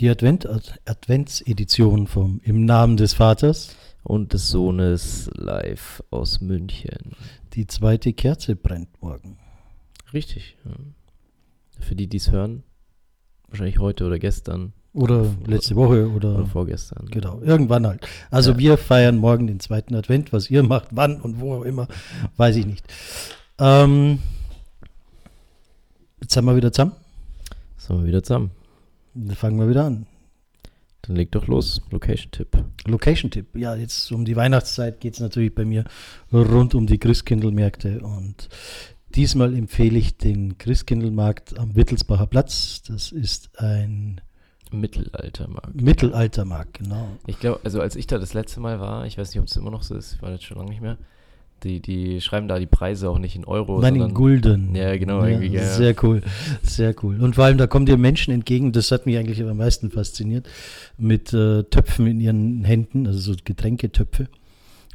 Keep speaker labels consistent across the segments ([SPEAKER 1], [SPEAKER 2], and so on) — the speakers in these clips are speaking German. [SPEAKER 1] Die Advent, Ad- Adventsedition vom Im Namen des Vaters.
[SPEAKER 2] und des Sohnes live aus München.
[SPEAKER 1] Die zweite Kerze brennt morgen.
[SPEAKER 2] Richtig. Ja. Für die, die es hören, wahrscheinlich heute oder gestern
[SPEAKER 1] Oder letzte Woche oder.
[SPEAKER 2] oder vorgestern.
[SPEAKER 1] Genau, irgendwann halt. Also wir feiern morgen den zweiten Advent. Was ihr macht, wann und wo auch immer, weiß ich nicht. Ähm, jetzt sind wir wieder zusammen.
[SPEAKER 2] Sind wir wieder zusammen.
[SPEAKER 1] Dann fangen wir wieder an.
[SPEAKER 2] Dann leg doch los. Location-Tipp.
[SPEAKER 1] Location-Tipp. Ja, jetzt um die Weihnachtszeit geht es natürlich bei mir rund um die Christkindlmärkte und diesmal empfehle ich den Christkindlmarkt am Wittelsbacher Platz. Das ist ein
[SPEAKER 2] Mittelaltermarkt.
[SPEAKER 1] Mittelaltermarkt, genau.
[SPEAKER 2] Ich glaube, also als ich da das letzte Mal war, ich weiß nicht, ob es immer noch so ist, ich war jetzt schon lange nicht mehr, die, die schreiben da die Preise auch nicht in Euro,
[SPEAKER 1] Nein, in
[SPEAKER 2] sondern
[SPEAKER 1] Gulden.
[SPEAKER 2] Ja, genau, irgendwie, ja.
[SPEAKER 1] Sehr cool, sehr cool. Und vor allem, da kommen dir Menschen entgegen, das hat mich eigentlich am meisten fasziniert, mit äh, Töpfen in ihren Händen, also so Getränketöpfe.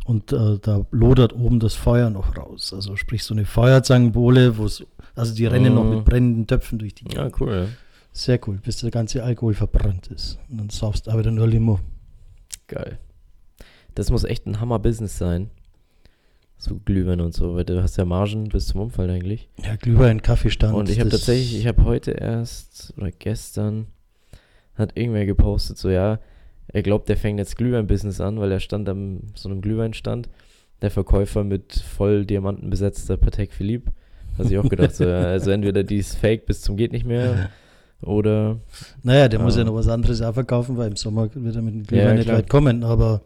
[SPEAKER 1] Und äh, da lodert oben das Feuer noch raus. Also sprich so eine Feuerzangenbowle, wo es, also die rennen noch
[SPEAKER 2] Mhm.
[SPEAKER 1] mit brennenden Töpfen durch die
[SPEAKER 2] Ja, cool.
[SPEAKER 1] Sehr cool, bis der ganze Alkohol verbrannt ist. Und dann saufst du aber dann nur Limo.
[SPEAKER 2] Geil. Das muss echt ein Hammer-Business sein. So Glühwein und so, weil du hast ja Margen bis zum Umfall eigentlich.
[SPEAKER 1] Ja, Glühwein, Kaffeestand.
[SPEAKER 2] Und ich habe
[SPEAKER 1] das-
[SPEAKER 2] tatsächlich, ich habe heute erst oder gestern hat irgendwer gepostet, so ja, er glaubt, der fängt jetzt Glühwein-Business an, weil er stand am so einem Glühweinstand, der Verkäufer mit voll Diamanten besetzter Patek Philippe. Hast ich auch gedacht, so, ja, also entweder die ist fake bis zum geht nicht mehr oder
[SPEAKER 1] Naja, der muss ja
[SPEAKER 2] Ähm.
[SPEAKER 1] noch was anderes auch verkaufen, weil im Sommer wird er mit dem Glühwein
[SPEAKER 2] Ja,
[SPEAKER 1] nicht
[SPEAKER 2] klar.
[SPEAKER 1] weit kommen, aber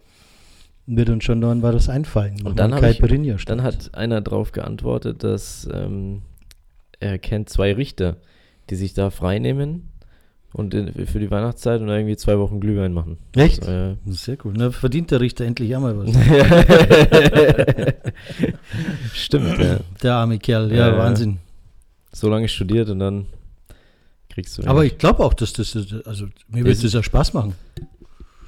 [SPEAKER 1] wird uns schon noch ein was einfallen. Machen
[SPEAKER 2] dann
[SPEAKER 1] wir
[SPEAKER 2] hab
[SPEAKER 1] Kai
[SPEAKER 2] ich-
[SPEAKER 1] Pirinha statt.
[SPEAKER 2] dann hat einer drauf geantwortet, dass ähm, er kennt zwei Richter, die sich da freinehmen und in, für die Weihnachtszeit und irgendwie zwei Wochen Glühwein machen.
[SPEAKER 1] Echt?
[SPEAKER 2] So, ja.
[SPEAKER 1] Sehr cool. Ne? Verdient der Richter endlich einmal was.
[SPEAKER 2] Stimmt, ja.
[SPEAKER 1] der arme Kerl, ja,
[SPEAKER 2] Ja.
[SPEAKER 1] Wahnsinn.
[SPEAKER 2] So lange studiert und dann kriegst du.
[SPEAKER 1] Aber
[SPEAKER 2] wenig.
[SPEAKER 1] ich glaube auch, dass das, also mir wird
[SPEAKER 2] Ist-
[SPEAKER 1] das ja Spaß machen.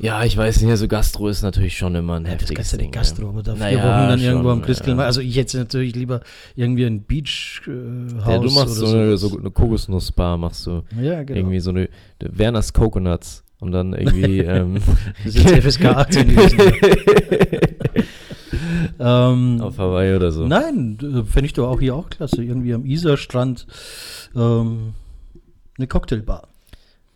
[SPEAKER 2] ja, ich weiß nicht, also Gastro ist natürlich schon immer ein
[SPEAKER 1] Das
[SPEAKER 2] heftiges
[SPEAKER 1] kannst du
[SPEAKER 2] Ding.
[SPEAKER 1] nicht Gastro, aber da vier
[SPEAKER 2] Naja,
[SPEAKER 1] Wochen dann
[SPEAKER 2] schon,
[SPEAKER 1] irgendwo am
[SPEAKER 2] ja.
[SPEAKER 1] Christkindlmarkt. Also ich hätte natürlich lieber irgendwie ein Beach äh, House
[SPEAKER 2] Ja. Ja, du machst so
[SPEAKER 1] oder
[SPEAKER 2] eine, so eine Kokosnussbar, machst du
[SPEAKER 1] Ja, genau.
[SPEAKER 2] irgendwie so eine Werners Coconuts und dann irgendwie. ähm,
[SPEAKER 1] Das ist jetzt FSK 18 gewesen. ähm,
[SPEAKER 2] auf Hawaii oder so.
[SPEAKER 1] Nein, finde ich doch auch hier auch klasse. Irgendwie am Isarstrand ähm, eine Cocktailbar.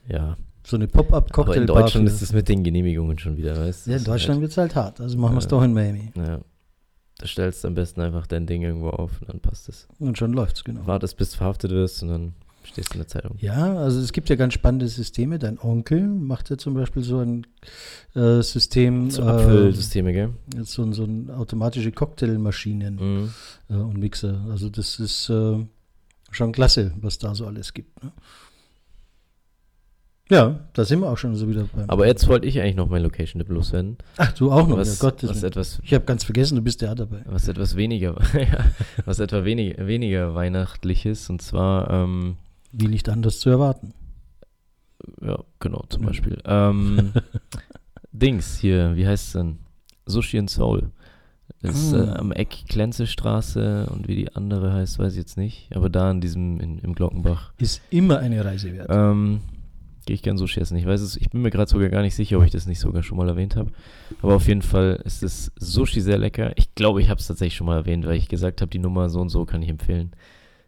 [SPEAKER 2] Ja,
[SPEAKER 1] So eine Pop-Up-Cocktailbar.
[SPEAKER 2] aber in Deutschland
[SPEAKER 1] für-
[SPEAKER 2] ist es mit den Genehmigungen schon wieder, weißt du?
[SPEAKER 1] ja, in
[SPEAKER 2] Das ist
[SPEAKER 1] Deutschland wird es halt hart. Also machen wir es
[SPEAKER 2] Ja.
[SPEAKER 1] doch in Miami.
[SPEAKER 2] Halt, ja. Da stellst du am besten einfach dein Ding irgendwo auf und dann passt es.
[SPEAKER 1] Und schon läuft's, genau.
[SPEAKER 2] Wartest, bis du verhaftet wirst und dann stehst du in der Zeitung.
[SPEAKER 1] Ja, also es gibt ja ganz spannende Systeme. Dein Onkel macht ja zum Beispiel so ein äh, System,
[SPEAKER 2] So
[SPEAKER 1] äh,
[SPEAKER 2] Abfüllsysteme, gell?
[SPEAKER 1] so, ein- so ein automatische Cocktailmaschinen
[SPEAKER 2] Mhm.
[SPEAKER 1] äh, und Mixer. Also das ist äh, schon klasse, was da so alles gibt. Ne? Ja, da sind wir auch schon so wieder beim.
[SPEAKER 2] Aber jetzt wollte ich eigentlich noch mein Location-Tipp loswerden.
[SPEAKER 1] Ach, du auch noch,
[SPEAKER 2] Was,
[SPEAKER 1] ja Gott.
[SPEAKER 2] was, etwas,
[SPEAKER 1] ich habe ganz vergessen, du bist ja dabei.
[SPEAKER 2] was etwas weniger, ja, was etwa wenig, weniger weihnachtliches und zwar, ähm,
[SPEAKER 1] Wie nicht anders zu erwarten.
[SPEAKER 2] ja, genau, zum
[SPEAKER 1] Mhm.
[SPEAKER 2] Beispiel. Ähm, Dings hier, wie heißt es denn? Sushi and Soul. Das ist äh,
[SPEAKER 1] Mm.
[SPEAKER 2] am Eck Klenzestraße und wie die andere heißt, weiß ich jetzt nicht. Aber da in diesem, in, im Glockenbach.
[SPEAKER 1] Ist immer eine Reise wert.
[SPEAKER 2] Ähm, Gehe ich gern Sushi essen. Ich weiß es, ich bin mir gerade sogar gar nicht sicher, ob ich das nicht sogar schon mal erwähnt habe. Aber auf jeden Fall ist das Sushi sehr lecker. Ich glaube, ich habe es tatsächlich schon mal erwähnt, weil ich gesagt habe, die Nummer so und so kann ich empfehlen.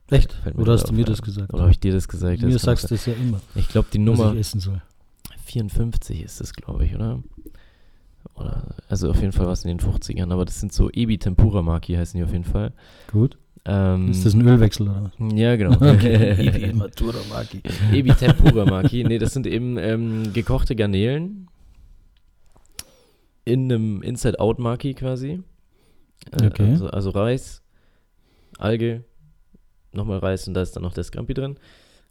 [SPEAKER 1] Echt?
[SPEAKER 2] Fällt mir
[SPEAKER 1] Oder hast
[SPEAKER 2] gerade
[SPEAKER 1] du mir
[SPEAKER 2] auf,
[SPEAKER 1] das
[SPEAKER 2] ja.
[SPEAKER 1] gesagt?
[SPEAKER 2] Oder habe ich dir das gesagt?
[SPEAKER 1] mir
[SPEAKER 2] Das kann
[SPEAKER 1] sagst du das ja immer,
[SPEAKER 2] sein. ich glaube, die
[SPEAKER 1] was
[SPEAKER 2] Nummer
[SPEAKER 1] ich essen soll.
[SPEAKER 2] 54 ist das, glaube ich, oder? Oder, also auf jeden Fall was in den 50ern, aber das sind so Ebi Tempura Maki heißen die auf jeden Fall.
[SPEAKER 1] Gut.
[SPEAKER 2] Ähm,
[SPEAKER 1] Ist das ein Ölwechsel oder was?
[SPEAKER 2] Ja, genau.
[SPEAKER 1] Ebi Matura Maki.
[SPEAKER 2] Ebi Tempura Maki. Nee, das sind eben ähm, gekochte Garnelen. In einem Inside-Out Maki quasi. Äh,
[SPEAKER 1] Okay.
[SPEAKER 2] Also, also Reis, Alge, nochmal Reis und da ist dann noch der Scampi drin.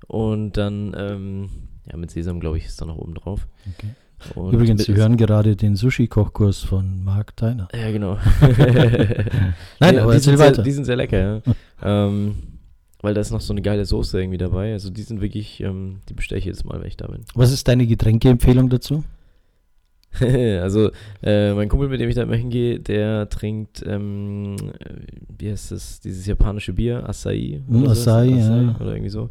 [SPEAKER 2] Und dann, ähm, ja, mit Sesam, glaube ich, ist da noch oben drauf.
[SPEAKER 1] Okay.
[SPEAKER 2] Und
[SPEAKER 1] Übrigens,
[SPEAKER 2] mit-
[SPEAKER 1] wir hören gerade den Sushi-Kochkurs von Marc Deiner.
[SPEAKER 2] Ja, genau.
[SPEAKER 1] Nein,
[SPEAKER 2] Ja,
[SPEAKER 1] aber
[SPEAKER 2] die,
[SPEAKER 1] erzähl
[SPEAKER 2] sind sehr,
[SPEAKER 1] weiter. Hm.
[SPEAKER 2] die sind sehr lecker, ja. ähm, weil da ist noch so eine geile Soße irgendwie dabei. Also die sind wirklich, ähm, die bestelle ich jedes Mal, wenn ich da bin.
[SPEAKER 1] was ist deine Getränkeempfehlung dazu?
[SPEAKER 2] also äh, mein Kumpel, mit dem ich da immer hingehe, der trinkt, ähm, äh, wie heißt das, dieses japanische Bier, Acai.
[SPEAKER 1] Hm,
[SPEAKER 2] oder sowas?
[SPEAKER 1] Acai, ja.
[SPEAKER 2] Oder irgendwie so.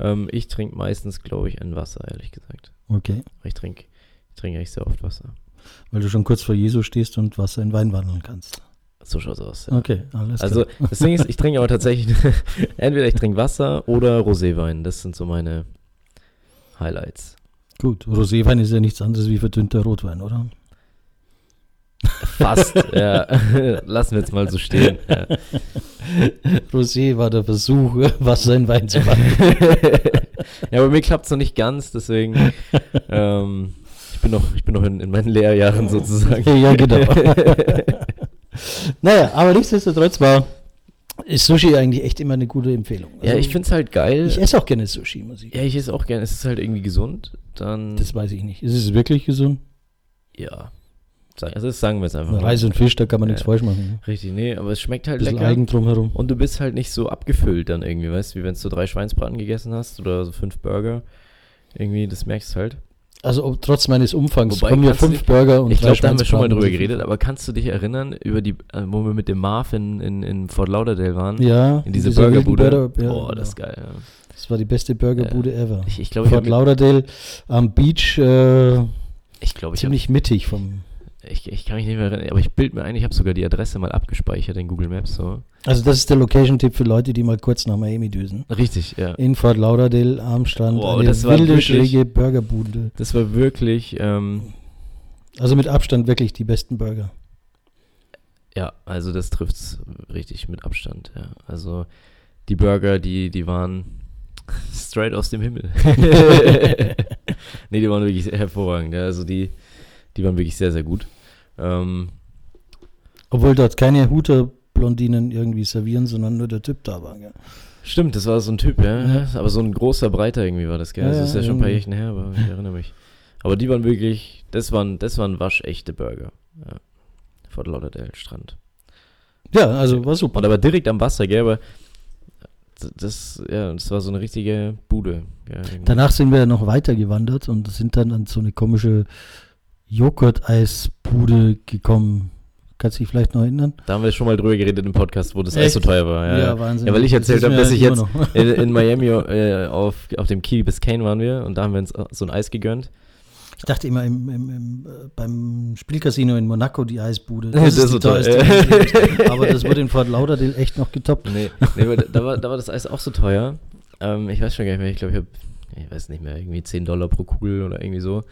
[SPEAKER 2] Ähm, ich trinke meistens, glaube ich, ein Wasser, ehrlich gesagt.
[SPEAKER 1] Okay.
[SPEAKER 2] Aber Ich trinke ich trink eigentlich sehr oft Wasser.
[SPEAKER 1] Weil du schon kurz vor Jesu stehst und Wasser in Wein wandeln kannst.
[SPEAKER 2] So schaut's aus. Ja.
[SPEAKER 1] Okay, alles klar.
[SPEAKER 2] Also das Ding ist, ich trinke aber tatsächlich entweder ich trinke Wasser oder Roséwein. Das sind so meine Highlights.
[SPEAKER 1] Gut, Roséwein ist ja nichts anderes wie verdünnter Rotwein, oder?
[SPEAKER 2] Fast. ja. Lassen wir jetzt mal so stehen. Ja.
[SPEAKER 1] Rosé war der Versuch, Wasser in Wein zu wandeln.
[SPEAKER 2] ja, bei mir klappt es noch nicht ganz, deswegen ähm, ich bin noch, ich bin noch in, in meinen Lehrjahren sozusagen.
[SPEAKER 1] ja, genau. naja, aber nichtsdestotrotz war ist Sushi eigentlich echt immer eine gute Empfehlung.
[SPEAKER 2] ja,
[SPEAKER 1] Also,
[SPEAKER 2] ich finde es halt geil.
[SPEAKER 1] Ich esse auch gerne Sushi, muss ich
[SPEAKER 2] ja, ich esse auch gerne. Es ist halt irgendwie gesund. Dann
[SPEAKER 1] Das weiß ich nicht. Ist es wirklich gesund?
[SPEAKER 2] ja. Sag- Also das sagen wir es einfach. mal.
[SPEAKER 1] Reis und Fisch, da kann man nichts
[SPEAKER 2] Ja.
[SPEAKER 1] falsch machen.
[SPEAKER 2] Richtig, nee, aber es schmeckt halt
[SPEAKER 1] Ein bisschen
[SPEAKER 2] lecker.
[SPEAKER 1] Eigen drumherum.
[SPEAKER 2] Und du bist halt nicht so abgefüllt dann irgendwie, weißt du, wie wenn du drei Schweinsbraten gegessen hast oder so fünf Burger. Irgendwie, das merkst du halt.
[SPEAKER 1] Also ob, trotz meines Umfangs
[SPEAKER 2] Wobei,
[SPEAKER 1] kommen ja
[SPEAKER 2] kannst du
[SPEAKER 1] fünf
[SPEAKER 2] dich-
[SPEAKER 1] Burger und
[SPEAKER 2] ich
[SPEAKER 1] drei
[SPEAKER 2] glaube, da haben wir schon mal
[SPEAKER 1] Schweinsbraten.
[SPEAKER 2] drüber geredet, aber kannst du dich erinnern, über die, äh, wo wir mit dem Marvin in, in Fort Lauderdale waren?
[SPEAKER 1] Ja,
[SPEAKER 2] ne? In diese
[SPEAKER 1] dieser wilden
[SPEAKER 2] Burgerbude.
[SPEAKER 1] Burger- ja,
[SPEAKER 2] oh, das
[SPEAKER 1] das,
[SPEAKER 2] ist geil. Ja.
[SPEAKER 1] das war die beste Burgerbude ever.
[SPEAKER 2] Ich, ich glaube, ich
[SPEAKER 1] Fort
[SPEAKER 2] habe mir,
[SPEAKER 1] Lauderdale am Beach, äh,
[SPEAKER 2] ich glaub, ich hab,
[SPEAKER 1] ziemlich mittig vom.
[SPEAKER 2] ich, ich kann mich nicht mehr erinnern, aber ich bild mir ein, ich habe sogar die Adresse mal abgespeichert in Google Maps. So.
[SPEAKER 1] Also das ist der Location-Tipp für Leute, die mal kurz nach Miami düsen.
[SPEAKER 2] Richtig, ja.
[SPEAKER 1] In Fort Lauderdale am Strand
[SPEAKER 2] Wow,
[SPEAKER 1] eine
[SPEAKER 2] das war
[SPEAKER 1] wilde,
[SPEAKER 2] wirklich-
[SPEAKER 1] schräge Burgerbude.
[SPEAKER 2] Das war wirklich, ähm,
[SPEAKER 1] Also mit Abstand wirklich die besten Burger.
[SPEAKER 2] Ja, also das trifft's richtig mit Abstand. Ja. Also die Burger, die, die waren straight aus dem Himmel. nee, die waren wirklich sehr hervorragend. Ja. Also die, die waren wirklich sehr, sehr gut. Ähm,
[SPEAKER 1] Obwohl dort keine Huter-Blondinen irgendwie servieren, sondern nur der Typ da war. Gell?
[SPEAKER 2] stimmt, das war so ein Typ, ja. Aber so ein großer Breiter irgendwie war das, gell? Also
[SPEAKER 1] Ja,
[SPEAKER 2] das ist ja schon ein paar
[SPEAKER 1] irgendwie.
[SPEAKER 2] Jährchen her, aber ich erinnere mich. Aber die waren wirklich, das waren, das waren waschechte Burger. Ja. Fort Lauderdale Strand.
[SPEAKER 1] Ja, also war super.
[SPEAKER 2] Und aber direkt am Wasser, gell? Aber d- das, ja, das war so eine richtige Bude. Gell? irgendwie.
[SPEAKER 1] Danach sind wir ja noch weiter gewandert und sind dann an so eine komische Joghurt-Eisbude gekommen. Kannst du dich vielleicht noch erinnern?
[SPEAKER 2] da haben wir schon mal drüber geredet im Podcast, wo das Eis
[SPEAKER 1] Echt?
[SPEAKER 2] so teuer war. Ja, ja.
[SPEAKER 1] Wahnsinn.
[SPEAKER 2] weil ich
[SPEAKER 1] Das
[SPEAKER 2] erzählt
[SPEAKER 1] ist
[SPEAKER 2] hab,
[SPEAKER 1] mir
[SPEAKER 2] dass ich
[SPEAKER 1] immer
[SPEAKER 2] jetzt-
[SPEAKER 1] noch-
[SPEAKER 2] In, in Miami äh, auf, auf dem Key Biscayne waren wir und da haben wir uns so ein Eis gegönnt.
[SPEAKER 1] Ich dachte immer im, im, im, äh, beim Spielcasino in Monaco die Eisbude.
[SPEAKER 2] Das ist
[SPEAKER 1] die
[SPEAKER 2] so teuer.
[SPEAKER 1] teuerste. Aber das wurde in Fort Lauderdale echt noch getoppt.
[SPEAKER 2] Nee, nee weil da- da, war, da war das Eis auch so teuer. Ähm, ich weiß schon gar nicht mehr, ich glaube, ich habe, ich weiß nicht mehr, irgendwie 10 Dollar pro Kugel oder irgendwie so.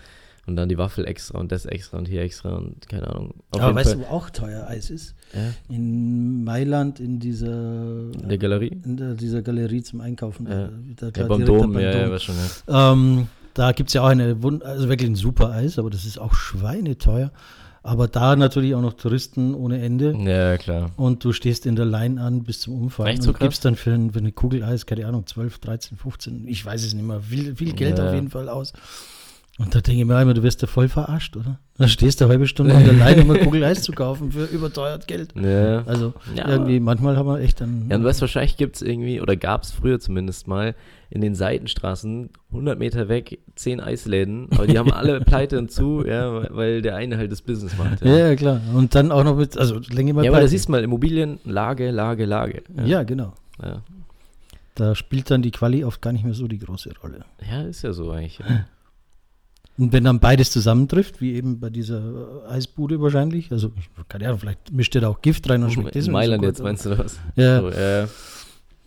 [SPEAKER 2] Und dann die Waffel extra und das extra und hier extra und keine Ahnung. Auf
[SPEAKER 1] Aber
[SPEAKER 2] jeden
[SPEAKER 1] weißt
[SPEAKER 2] Fall.
[SPEAKER 1] du, wo auch teuer Eis ist?
[SPEAKER 2] Ja,
[SPEAKER 1] In Mailand, in dieser,
[SPEAKER 2] in der Galerie?
[SPEAKER 1] in der, dieser Galerie zum Einkaufen.
[SPEAKER 2] Ja.
[SPEAKER 1] Da, da,
[SPEAKER 2] Ja, beim
[SPEAKER 1] direkt
[SPEAKER 2] Dom,
[SPEAKER 1] da beim
[SPEAKER 2] ja, ja,
[SPEAKER 1] Dom.
[SPEAKER 2] weiß schon, ja.
[SPEAKER 1] Ähm, da gibt es ja auch eine, wund- also wirklich ein super Eis, aber das ist auch schweineteuer. Aber da natürlich auch noch Touristen ohne Ende.
[SPEAKER 2] Ja, klar.
[SPEAKER 1] Und du stehst in der Line an bis zum Umfallen
[SPEAKER 2] Echt so
[SPEAKER 1] und
[SPEAKER 2] krass?
[SPEAKER 1] gibst dann für, ein, für eine Kugel Eis, keine Ahnung, 12, 13, 15, ich weiß es nicht mehr, viel, viel Geld
[SPEAKER 2] Ja.
[SPEAKER 1] auf jeden Fall aus. Und da denke ich mir immer, du wirst ja voll verarscht, oder? Da stehst du eine halbe Stunde in der Line, um eine Kugel Eis zu kaufen für überteuert Geld.
[SPEAKER 2] Ja.
[SPEAKER 1] Also
[SPEAKER 2] Ja.
[SPEAKER 1] irgendwie, manchmal haben wir echt dann
[SPEAKER 2] Ja, und weißt du, wahrscheinlich gibt es irgendwie, oder gab es früher zumindest mal, in den Seitenstraßen, 100 Meter weg, 10 Eisläden, aber die haben alle pleite und zu, ja, weil der eine halt das Business macht.
[SPEAKER 1] ja, ja, klar. Und dann auch noch mit, also Länge mal
[SPEAKER 2] Ja, aber da
[SPEAKER 1] Preis.
[SPEAKER 2] siehst du mal, Immobilien, Lage, Lage, Lage.
[SPEAKER 1] Ja, genau.
[SPEAKER 2] Ja,
[SPEAKER 1] Da spielt dann die Quali oft gar nicht mehr so die große Rolle.
[SPEAKER 2] Ja, ist ja so eigentlich. Ja.
[SPEAKER 1] Und wenn dann beides zusammentrifft, wie eben bei dieser äh, Eisbude wahrscheinlich, also ich, keine Ahnung, vielleicht mischt ihr da auch Gift rein und schmeckt das
[SPEAKER 2] Oh, In Mailand jetzt, meinst du was?
[SPEAKER 1] du? Ja,
[SPEAKER 2] So, äh,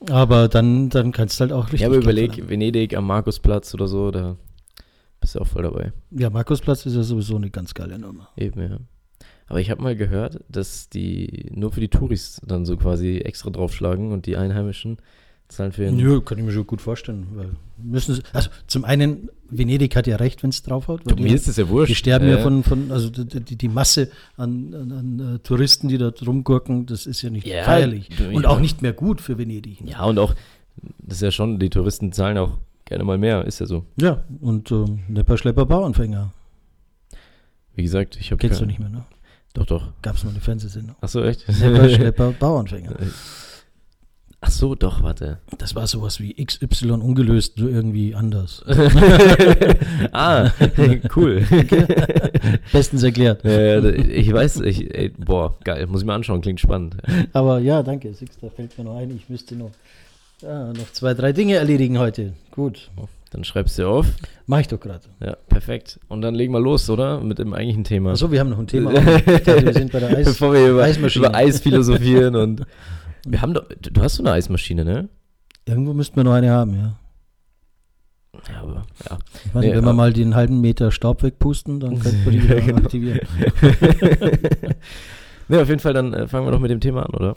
[SPEAKER 1] aber dann, dann kannst du halt auch richtig.
[SPEAKER 2] ja, aber
[SPEAKER 1] Geld
[SPEAKER 2] überleg,
[SPEAKER 1] verlangen.
[SPEAKER 2] Venedig am Markusplatz oder so, da bist du auch voll dabei.
[SPEAKER 1] Ja, Markusplatz ist ja sowieso eine ganz geile Nummer.
[SPEAKER 2] Eben, ja. Aber ich habe mal gehört, dass die nur für die Touris dann so quasi extra draufschlagen und die Einheimischen zahlen für ihren.
[SPEAKER 1] Nö, kann ich mir schon gut vorstellen. Weil müssen sie, also zum einen, Venedig hat ja recht, wenn es draufhaut. Weil
[SPEAKER 2] Du, mir
[SPEAKER 1] die,
[SPEAKER 2] ist das ja wurscht.
[SPEAKER 1] die sterben ja
[SPEAKER 2] Äh,
[SPEAKER 1] von, von also die, die, die Masse an, an, an äh, Touristen, die da rumgurken, das ist ja nicht
[SPEAKER 2] Ja,
[SPEAKER 1] feierlich.
[SPEAKER 2] du-
[SPEAKER 1] Und
[SPEAKER 2] ja.
[SPEAKER 1] auch nicht mehr gut für Venedig.
[SPEAKER 2] Ja, und auch, das ist ja schon, die Touristen zahlen auch gerne mal mehr, ist ja so.
[SPEAKER 1] Ja, und ähm, Nepper, Schlepper, Bauanfänger.
[SPEAKER 2] Wie gesagt, ich habe.
[SPEAKER 1] Kennst du nicht mehr, ne?
[SPEAKER 2] Doch, doch.
[SPEAKER 1] Gab es mal eine Fernsehsendung.
[SPEAKER 2] Achso, echt?
[SPEAKER 1] Nepper, Schlepper, Bauanfänger.
[SPEAKER 2] Achso, doch, warte.
[SPEAKER 1] Das war sowas wie XY ungelöst, nur irgendwie anders.
[SPEAKER 2] ah, cool.
[SPEAKER 1] Bestens erklärt.
[SPEAKER 2] äh, ich weiß, ich, ey, boah, geil, muss ich mir anschauen, klingt spannend.
[SPEAKER 1] Aber ja, danke, Six, da fällt mir noch ein, ich müsste noch Ja, noch zwei, drei Dinge erledigen heute. Gut,
[SPEAKER 2] Dann schreibst du auf.
[SPEAKER 1] mache ich doch gerade.
[SPEAKER 2] Ja, perfekt. Und dann legen wir los, oder? Mit dem eigentlichen Thema.
[SPEAKER 1] Achso, wir haben noch ein Thema. Ich dachte, wir sind bei der Eis.
[SPEAKER 2] Bevor wir über,
[SPEAKER 1] Eismaschine.
[SPEAKER 2] über Eis philosophieren und. Wir haben doch. Du hast so eine Eismaschine, ne?
[SPEAKER 1] Irgendwo müssten wir noch eine haben, ja.
[SPEAKER 2] Ja, aber. Ja.
[SPEAKER 1] Ich meine,
[SPEAKER 2] Nee,
[SPEAKER 1] wenn wir
[SPEAKER 2] aber-
[SPEAKER 1] mal den halben Meter Staub wegpusten, dann könnten wir die wieder
[SPEAKER 2] Ja, genau.
[SPEAKER 1] aktivieren.
[SPEAKER 2] ne, auf jeden Fall, dann äh, fangen wir doch mit dem Thema an, oder?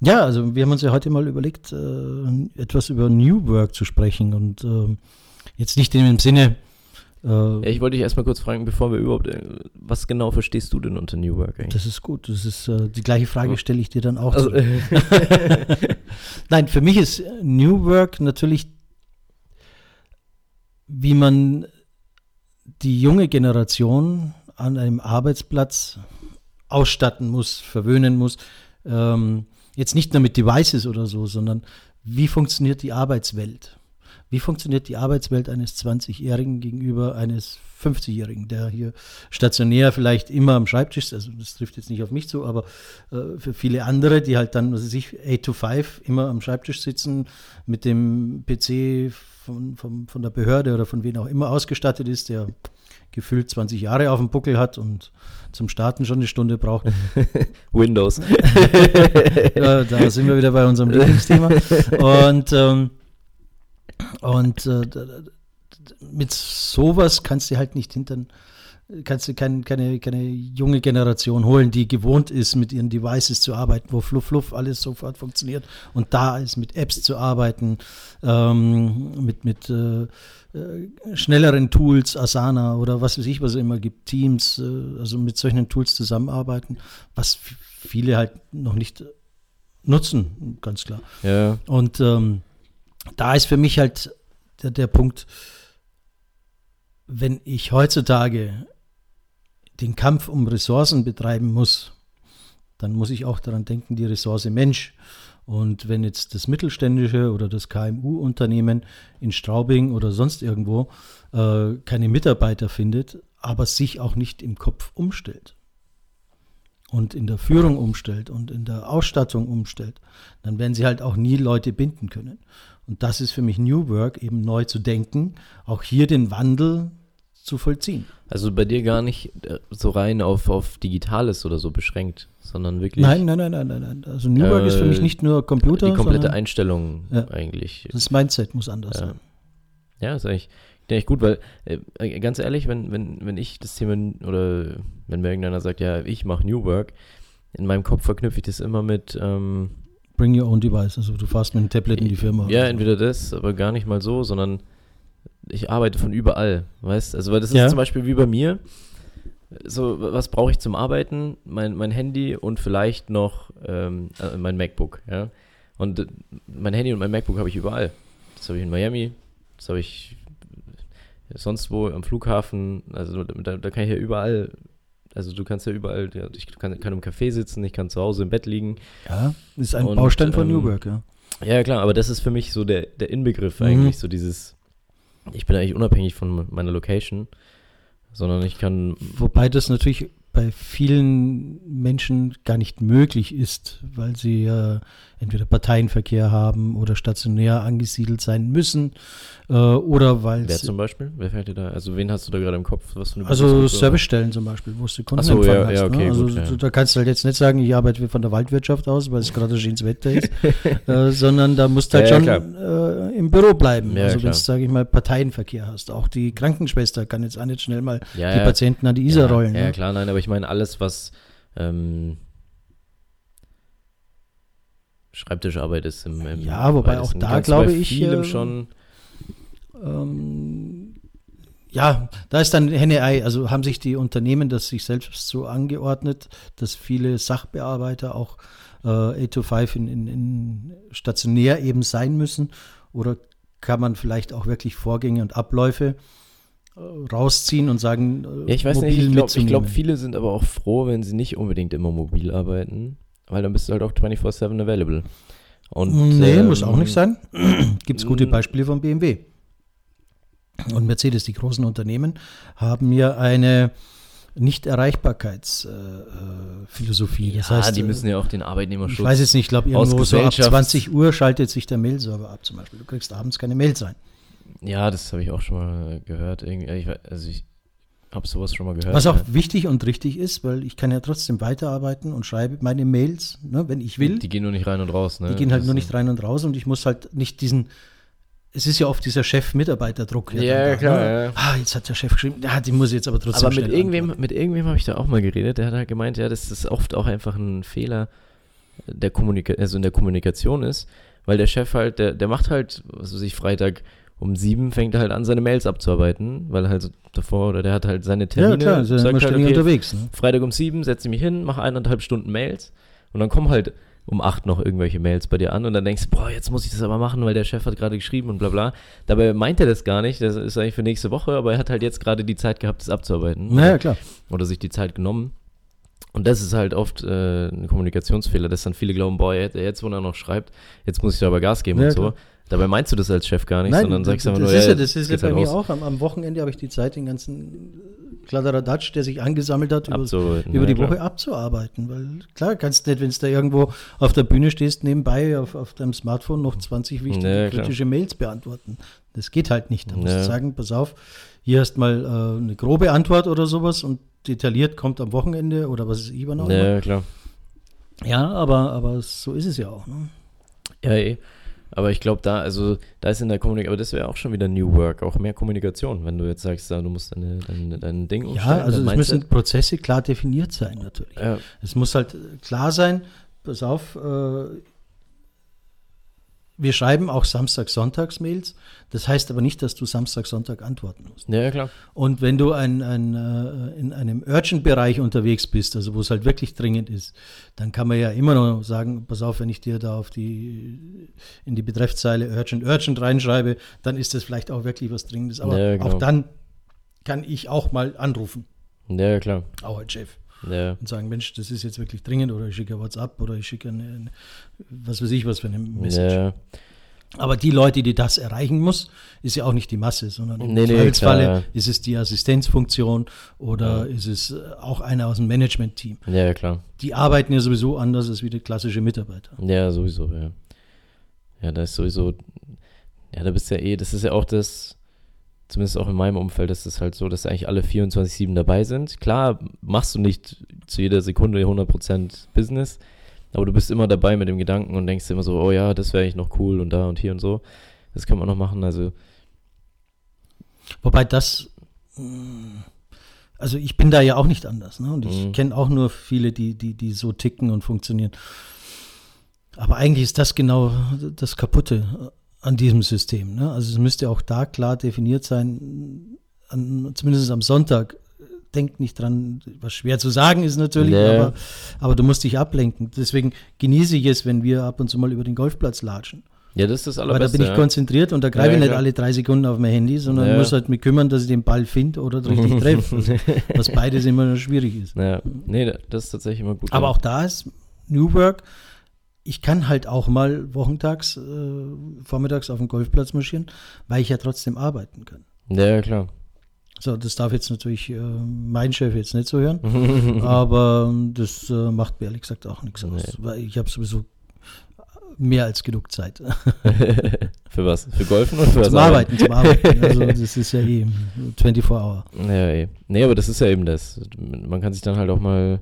[SPEAKER 1] Ja, also wir haben uns ja heute mal überlegt, äh, etwas über New Work zu sprechen und ähm, jetzt nicht in dem Sinne.
[SPEAKER 2] Ja,
[SPEAKER 1] Äh,
[SPEAKER 2] ich wollte dich erstmal kurz fragen, bevor wir überhaupt. äh, Was genau verstehst du denn unter New Work eigentlich?
[SPEAKER 1] das ist gut, das ist äh, die gleiche Frage stelle ich dir dann auch.
[SPEAKER 2] Also,
[SPEAKER 1] zurück. Nein, für mich ist New Work natürlich, wie man die junge Generation an einem Arbeitsplatz ausstatten muss, verwöhnen muss. Ähm, jetzt nicht nur mit Devices oder so, sondern wie funktioniert die Arbeitswelt? Wie funktioniert die Arbeitswelt eines 20-Jährigen gegenüber eines 50-Jährigen, der hier stationär vielleicht immer am Schreibtisch ist? Also, das trifft jetzt nicht auf mich zu, aber äh, für viele andere, die halt dann, was weiß ich, 8 to 5 immer am Schreibtisch sitzen, mit dem PC von, von, von der Behörde oder von wem auch immer ausgestattet ist, der gefühlt 20 Jahre auf dem Buckel hat und zum Starten schon eine Stunde braucht.
[SPEAKER 2] Windows.
[SPEAKER 1] Ja, da sind wir wieder bei unserem Lieblingsthema. Und, ähm, und äh, d- d- mit sowas kannst du halt nicht hintern, kannst du kein, keine, keine junge Generation holen, die gewohnt ist, mit ihren Devices zu arbeiten, wo fluff, fluff, alles sofort funktioniert und da ist, mit Apps zu arbeiten, ähm, mit, mit äh, äh, schnelleren Tools, Asana oder was weiß ich, was es immer gibt, Teams, äh, also mit solchen Tools zusammenarbeiten, was f- viele halt noch nicht nutzen, ganz klar.
[SPEAKER 2] ja.
[SPEAKER 1] Und ähm, da ist für mich halt der, der Punkt, wenn ich heutzutage den Kampf um Ressourcen betreiben muss, dann muss ich auch daran denken, die Ressource Mensch. Und wenn jetzt das mittelständische oder das KMU-Unternehmen in Straubing oder sonst irgendwo äh, keine Mitarbeiter findet, aber sich auch nicht im Kopf umstellt und in der Führung umstellt und in der Ausstattung umstellt, dann werden sie halt auch nie Leute binden können. Und das ist für mich New Work, eben neu zu denken, auch hier den Wandel zu vollziehen.
[SPEAKER 2] Also bei dir gar nicht äh, so rein auf, auf Digitales oder so beschränkt, sondern wirklich
[SPEAKER 1] Nein, nein, nein, nein, nein, nein. Also New Work ist für mich
[SPEAKER 2] Äh,
[SPEAKER 1] nicht nur Computer,
[SPEAKER 2] die komplette
[SPEAKER 1] sondern
[SPEAKER 2] Einstellung
[SPEAKER 1] Ja.
[SPEAKER 2] eigentlich.
[SPEAKER 1] das Mindset muss anders
[SPEAKER 2] Ja.
[SPEAKER 1] sein.
[SPEAKER 2] Ja, ist eigentlich, denke ich gut, weil äh, äh, ganz ehrlich, wenn, wenn, wenn ich das Thema n- oder wenn mir irgendeiner sagt, ja, ich mache New Work, in meinem Kopf verknüpfe ich das immer mit, ähm,
[SPEAKER 1] Bring your own device. Also du fährst mit dem Tablet in die Firma. oder
[SPEAKER 2] ja,
[SPEAKER 1] so.
[SPEAKER 2] entweder das, aber gar nicht mal so, sondern ich arbeite von überall, weißt? Also, weil das ist
[SPEAKER 1] Ja.
[SPEAKER 2] zum Beispiel wie bei mir, so, w- was brauche ich zum Arbeiten? Mein, mein Handy und vielleicht noch ähm, äh, mein MacBook, ja? Und äh, mein Handy und mein MacBook habe ich überall. Das habe ich in Miami, das habe ich sonst wo am Flughafen, also da, da kann ich ja überall, also du kannst ja überall, ja, ich kann, kann im Café sitzen, ich kann zu Hause im Bett liegen,
[SPEAKER 1] ja, ist ein
[SPEAKER 2] Und,
[SPEAKER 1] Baustein von
[SPEAKER 2] ähm,
[SPEAKER 1] New Work, ja.
[SPEAKER 2] ja, klar, aber das ist für mich so der, der Inbegriff
[SPEAKER 1] Mhm.
[SPEAKER 2] eigentlich, so dieses, ich bin eigentlich unabhängig von meiner Location, sondern ich kann,
[SPEAKER 1] Wobei das natürlich bei vielen Menschen gar nicht möglich ist, weil sie äh, entweder Parteienverkehr haben oder stationär angesiedelt sein müssen äh, oder weil
[SPEAKER 2] wer
[SPEAKER 1] sie-
[SPEAKER 2] zum Beispiel, wer fällt dir da, also wen hast du da gerade im Kopf, was für eine
[SPEAKER 1] Also
[SPEAKER 2] Berufsgruppe?
[SPEAKER 1] Servicestellen zum Beispiel, wo du Kunden
[SPEAKER 2] halt Ach so,
[SPEAKER 1] empfangen
[SPEAKER 2] ja,
[SPEAKER 1] hast.
[SPEAKER 2] ja, okay,
[SPEAKER 1] ne? Also
[SPEAKER 2] gut, ja.
[SPEAKER 1] du- da kannst du halt jetzt nicht sagen, ich arbeite von der Waldwirtschaft aus, weil es gerade ins Wetter ist, äh, sondern da musst du halt
[SPEAKER 2] Ja, ja,
[SPEAKER 1] schon äh, im Büro bleiben.
[SPEAKER 2] Ja,
[SPEAKER 1] also wenn
[SPEAKER 2] klar.
[SPEAKER 1] du, sage ich mal, Parteienverkehr hast. Auch die Krankenschwester kann jetzt auch nicht schnell mal
[SPEAKER 2] ja,
[SPEAKER 1] die
[SPEAKER 2] ja,
[SPEAKER 1] Patienten an die Isar
[SPEAKER 2] ja,
[SPEAKER 1] rollen.
[SPEAKER 2] Ja,
[SPEAKER 1] ne?
[SPEAKER 2] klar, nein, aber ich meine alles, was ähm, Schreibtischarbeit ist im, im
[SPEAKER 1] Ja, wobei auch
[SPEAKER 2] weitesten.
[SPEAKER 1] da
[SPEAKER 2] Kannst du bei
[SPEAKER 1] glaube ich,
[SPEAKER 2] vielem
[SPEAKER 1] äh,
[SPEAKER 2] schon,
[SPEAKER 1] Ähm, ja, da ist dann Henne-Ei. Also haben sich die Unternehmen das sich selbst so angeordnet, dass viele Sachbearbeiter auch äh, 8 to 5 in, in, in stationär eben sein müssen? Oder kann man vielleicht auch wirklich Vorgänge und Abläufe äh, rausziehen und sagen, äh,
[SPEAKER 2] Ja, ich weiß
[SPEAKER 1] mobil
[SPEAKER 2] nicht, ich glaube,
[SPEAKER 1] mitzunehmen?
[SPEAKER 2] glaub, viele sind aber auch froh, wenn sie nicht unbedingt immer mobil arbeiten, weil dann bist du halt auch 24-7 available. Und,
[SPEAKER 1] nee,
[SPEAKER 2] ähm,
[SPEAKER 1] muss auch nicht sein. Gibt es gute
[SPEAKER 2] mm.
[SPEAKER 1] Beispiele von BMW. Und Mercedes, die großen Unternehmen, haben ja eine Nicht-Erreichbarkeitsphilosophie. Äh, äh, das
[SPEAKER 2] ja,
[SPEAKER 1] heißt,
[SPEAKER 2] die
[SPEAKER 1] äh,
[SPEAKER 2] müssen ja auch den Arbeitnehmerschutz.
[SPEAKER 1] ich weiß jetzt nicht, ich glaube,
[SPEAKER 2] aus
[SPEAKER 1] irgendwo so ab
[SPEAKER 2] Gesellschafts-
[SPEAKER 1] 20 Uhr schaltet sich der Mailserver ab zum Beispiel. Du kriegst abends keine Mails rein.
[SPEAKER 2] Ja, das habe ich auch schon mal äh, gehört. Irgendwie, ich, wei- also ich habe sowas schon mal gehört.
[SPEAKER 1] Was auch
[SPEAKER 2] ja.
[SPEAKER 1] wichtig und richtig ist, weil ich kann ja trotzdem weiterarbeiten und schreibe meine Mails, ne, wenn ich will.
[SPEAKER 2] Die gehen nur nicht rein und raus, ne?
[SPEAKER 1] Die gehen halt
[SPEAKER 2] Das
[SPEAKER 1] nur
[SPEAKER 2] ist-
[SPEAKER 1] nicht rein und raus und ich muss halt nicht diesen. Es ist ja oft dieser Chef-Mitarbeiter-Druck.
[SPEAKER 2] Ja,
[SPEAKER 1] dann
[SPEAKER 2] ja,
[SPEAKER 1] da,
[SPEAKER 2] klar,
[SPEAKER 1] ne?
[SPEAKER 2] ja.
[SPEAKER 1] Ah, jetzt hat der Chef geschrieben, ja, die muss ich jetzt aber trotzdem
[SPEAKER 2] Aber mit
[SPEAKER 1] schnell
[SPEAKER 2] irgendwem,
[SPEAKER 1] antworten.
[SPEAKER 2] mit irgendwem habe ich da auch mal geredet, der hat halt gemeint, ja, dass das oft auch einfach ein Fehler der Kommunika also in der Kommunikation ist, weil der Chef halt, der, der macht halt, was weiß ich, Freitag um sieben fängt er halt an, seine Mails abzuarbeiten, weil er halt so davor oder der hat halt seine Termine.
[SPEAKER 1] Ja, klar, also sind
[SPEAKER 2] sagt
[SPEAKER 1] immer
[SPEAKER 2] halt,
[SPEAKER 1] ständig
[SPEAKER 2] okay,
[SPEAKER 1] unterwegs. Ne?
[SPEAKER 2] Freitag um sieben setze ich mich hin, mache eineinhalb Stunden Mails und dann kommen halt um acht noch irgendwelche Mails bei dir an und dann denkst du, boah, jetzt muss ich das aber machen, weil der Chef hat gerade geschrieben und bla bla. Dabei meint er das gar nicht, das ist eigentlich für nächste Woche, aber er hat halt jetzt gerade die Zeit gehabt, das abzuarbeiten
[SPEAKER 1] Naja, klar.
[SPEAKER 2] oder sich die Zeit genommen. Und das ist halt oft äh, ein Kommunikationsfehler, dass dann viele glauben, boah, jetzt, jetzt wo er noch schreibt, jetzt muss ich da aber Gas geben
[SPEAKER 1] Ja,
[SPEAKER 2] und so.
[SPEAKER 1] klar.
[SPEAKER 2] Dabei meinst du das als Chef gar nicht, sondern sagst
[SPEAKER 1] das,
[SPEAKER 2] einfach nur,
[SPEAKER 1] ist ja,
[SPEAKER 2] jetzt
[SPEAKER 1] das ist ja
[SPEAKER 2] geht's
[SPEAKER 1] bei
[SPEAKER 2] halt
[SPEAKER 1] mir
[SPEAKER 2] raus,
[SPEAKER 1] auch. Am, am Wochenende habe ich die Zeit, den ganzen Kladderadatsch, der sich angesammelt hat, über,
[SPEAKER 2] abzuarbeiten.
[SPEAKER 1] über
[SPEAKER 2] Ja,
[SPEAKER 1] die
[SPEAKER 2] klar.
[SPEAKER 1] Woche abzuarbeiten. Weil klar, kannst nicht, wenn du da irgendwo auf der Bühne stehst, nebenbei auf, auf deinem Smartphone noch 20 wichtige
[SPEAKER 2] Ja, klar.
[SPEAKER 1] kritische Mails beantworten. Das geht halt nicht. Da musst
[SPEAKER 2] Ja.
[SPEAKER 1] du sagen, pass auf, hier hast mal äh, eine grobe Antwort oder sowas und detailliert kommt am Wochenende oder was ist ich wann auch immer.
[SPEAKER 2] Ja, klar.
[SPEAKER 1] Ja, aber, aber so ist es ja auch. Ne?
[SPEAKER 2] Ja, eh. Aber ich glaube, da, also, da ist in der Kommunikation, aber das wäre auch schon wieder New Work, auch mehr Kommunikation, wenn du jetzt sagst, ja, du musst deine, deine, dein Ding umstellen.
[SPEAKER 1] Ja, also
[SPEAKER 2] dein
[SPEAKER 1] es müssen
[SPEAKER 2] Mindset.
[SPEAKER 1] Prozesse klar definiert sein natürlich.
[SPEAKER 2] Ja,
[SPEAKER 1] Es muss halt klar sein, pass auf, äh, wir schreiben auch Samstag-Sonntags-Mails. Das heißt aber nicht, dass du Samstag-Sonntag antworten musst.
[SPEAKER 2] ja, ja, klar.
[SPEAKER 1] Und wenn du ein, ein, äh, in einem Urgent-Bereich unterwegs bist, also wo es halt wirklich dringend ist, dann kann man ja immer noch sagen, pass auf, wenn ich dir da auf die, in die Betreffzeile Urgent, Urgent reinschreibe, dann ist das vielleicht auch wirklich was Dringendes. Aber
[SPEAKER 2] Ja, genau.
[SPEAKER 1] auch dann kann ich auch mal anrufen,
[SPEAKER 2] Ja, ja, klar.
[SPEAKER 1] auch als Chef
[SPEAKER 2] Ja.
[SPEAKER 1] und sagen, Mensch, das ist jetzt wirklich dringend oder ich schicke ein WhatsApp oder ich schicke eine, eine, was weiß ich was für eine Message.
[SPEAKER 2] Ja.
[SPEAKER 1] Aber die Leute, die das erreichen muss, ist ja auch nicht die Masse, sondern im
[SPEAKER 2] Nee, nee,
[SPEAKER 1] Zweifelsfalle
[SPEAKER 2] klar, ja.
[SPEAKER 1] ist es die Assistenzfunktion oder ist es äh, auch einer aus dem Managementteam.
[SPEAKER 2] ja, ja, klar.
[SPEAKER 1] Die arbeiten ja sowieso anders als wie die klassische Mitarbeiter.
[SPEAKER 2] Ja, sowieso, ja. Ja, da ist sowieso, ja, da bist du ja eh, das ist ja auch das, zumindest auch in meinem Umfeld, ist es halt so, dass eigentlich alle 24-7 dabei sind. Klar, machst du nicht zu jeder Sekunde 100% Business, aber du bist immer dabei mit dem Gedanken und denkst dir immer so, oh ja, das wäre eigentlich noch cool und da und hier und so. Das kann man noch machen, also,
[SPEAKER 1] Wobei das, mh, also ich bin da ja auch nicht anders. Ne? Und ich
[SPEAKER 2] Mhm.
[SPEAKER 1] kenne auch nur viele, die, die, die so ticken und funktionieren. Aber eigentlich ist das genau das Kaputte äh, an diesem System. Ne? Also es müsste auch da klar definiert sein, an, zumindest am Sonntag. Denkt nicht dran, was schwer zu sagen ist natürlich,
[SPEAKER 2] Nee.
[SPEAKER 1] aber, aber du musst dich ablenken. Deswegen genieße ich es, wenn wir ab und zu mal über den Golfplatz latschen.
[SPEAKER 2] ja, das ist das
[SPEAKER 1] Aber da
[SPEAKER 2] Allerbeste.
[SPEAKER 1] bin ich konzentriert und da greife
[SPEAKER 2] Ja,
[SPEAKER 1] ich nicht
[SPEAKER 2] klar. alle
[SPEAKER 1] alle drei Sekunden auf mein Handy, sondern
[SPEAKER 2] Ja. muss
[SPEAKER 1] muss halt mich kümmern, dass ich den Ball finde oder richtig treffe. was beides immer schwierig ist.
[SPEAKER 2] ja. ja, nee, da- das ist tatsächlich immer gut.
[SPEAKER 1] Aber
[SPEAKER 2] ja.
[SPEAKER 1] auch da ist New Work. Ich kann halt auch mal wochentags, äh, vormittags auf dem Golfplatz marschieren, weil ich ja trotzdem arbeiten kann.
[SPEAKER 2] Ja, ja, klar.
[SPEAKER 1] So, das darf jetzt natürlich äh, mein Chef jetzt nicht so hören, aber ähm, das äh, macht mir ehrlich gesagt auch nichts aus,
[SPEAKER 2] Nee.
[SPEAKER 1] weil ich habe sowieso mehr als genug Zeit.
[SPEAKER 2] für was? Für Golfen oder für was?
[SPEAKER 1] Zum Arbeiten, zum Arbeiten. Also das ist ja eh 24 Hour.
[SPEAKER 2] Ja, eh. Nee, aber das ist ja eben das. Man kann sich dann halt auch mal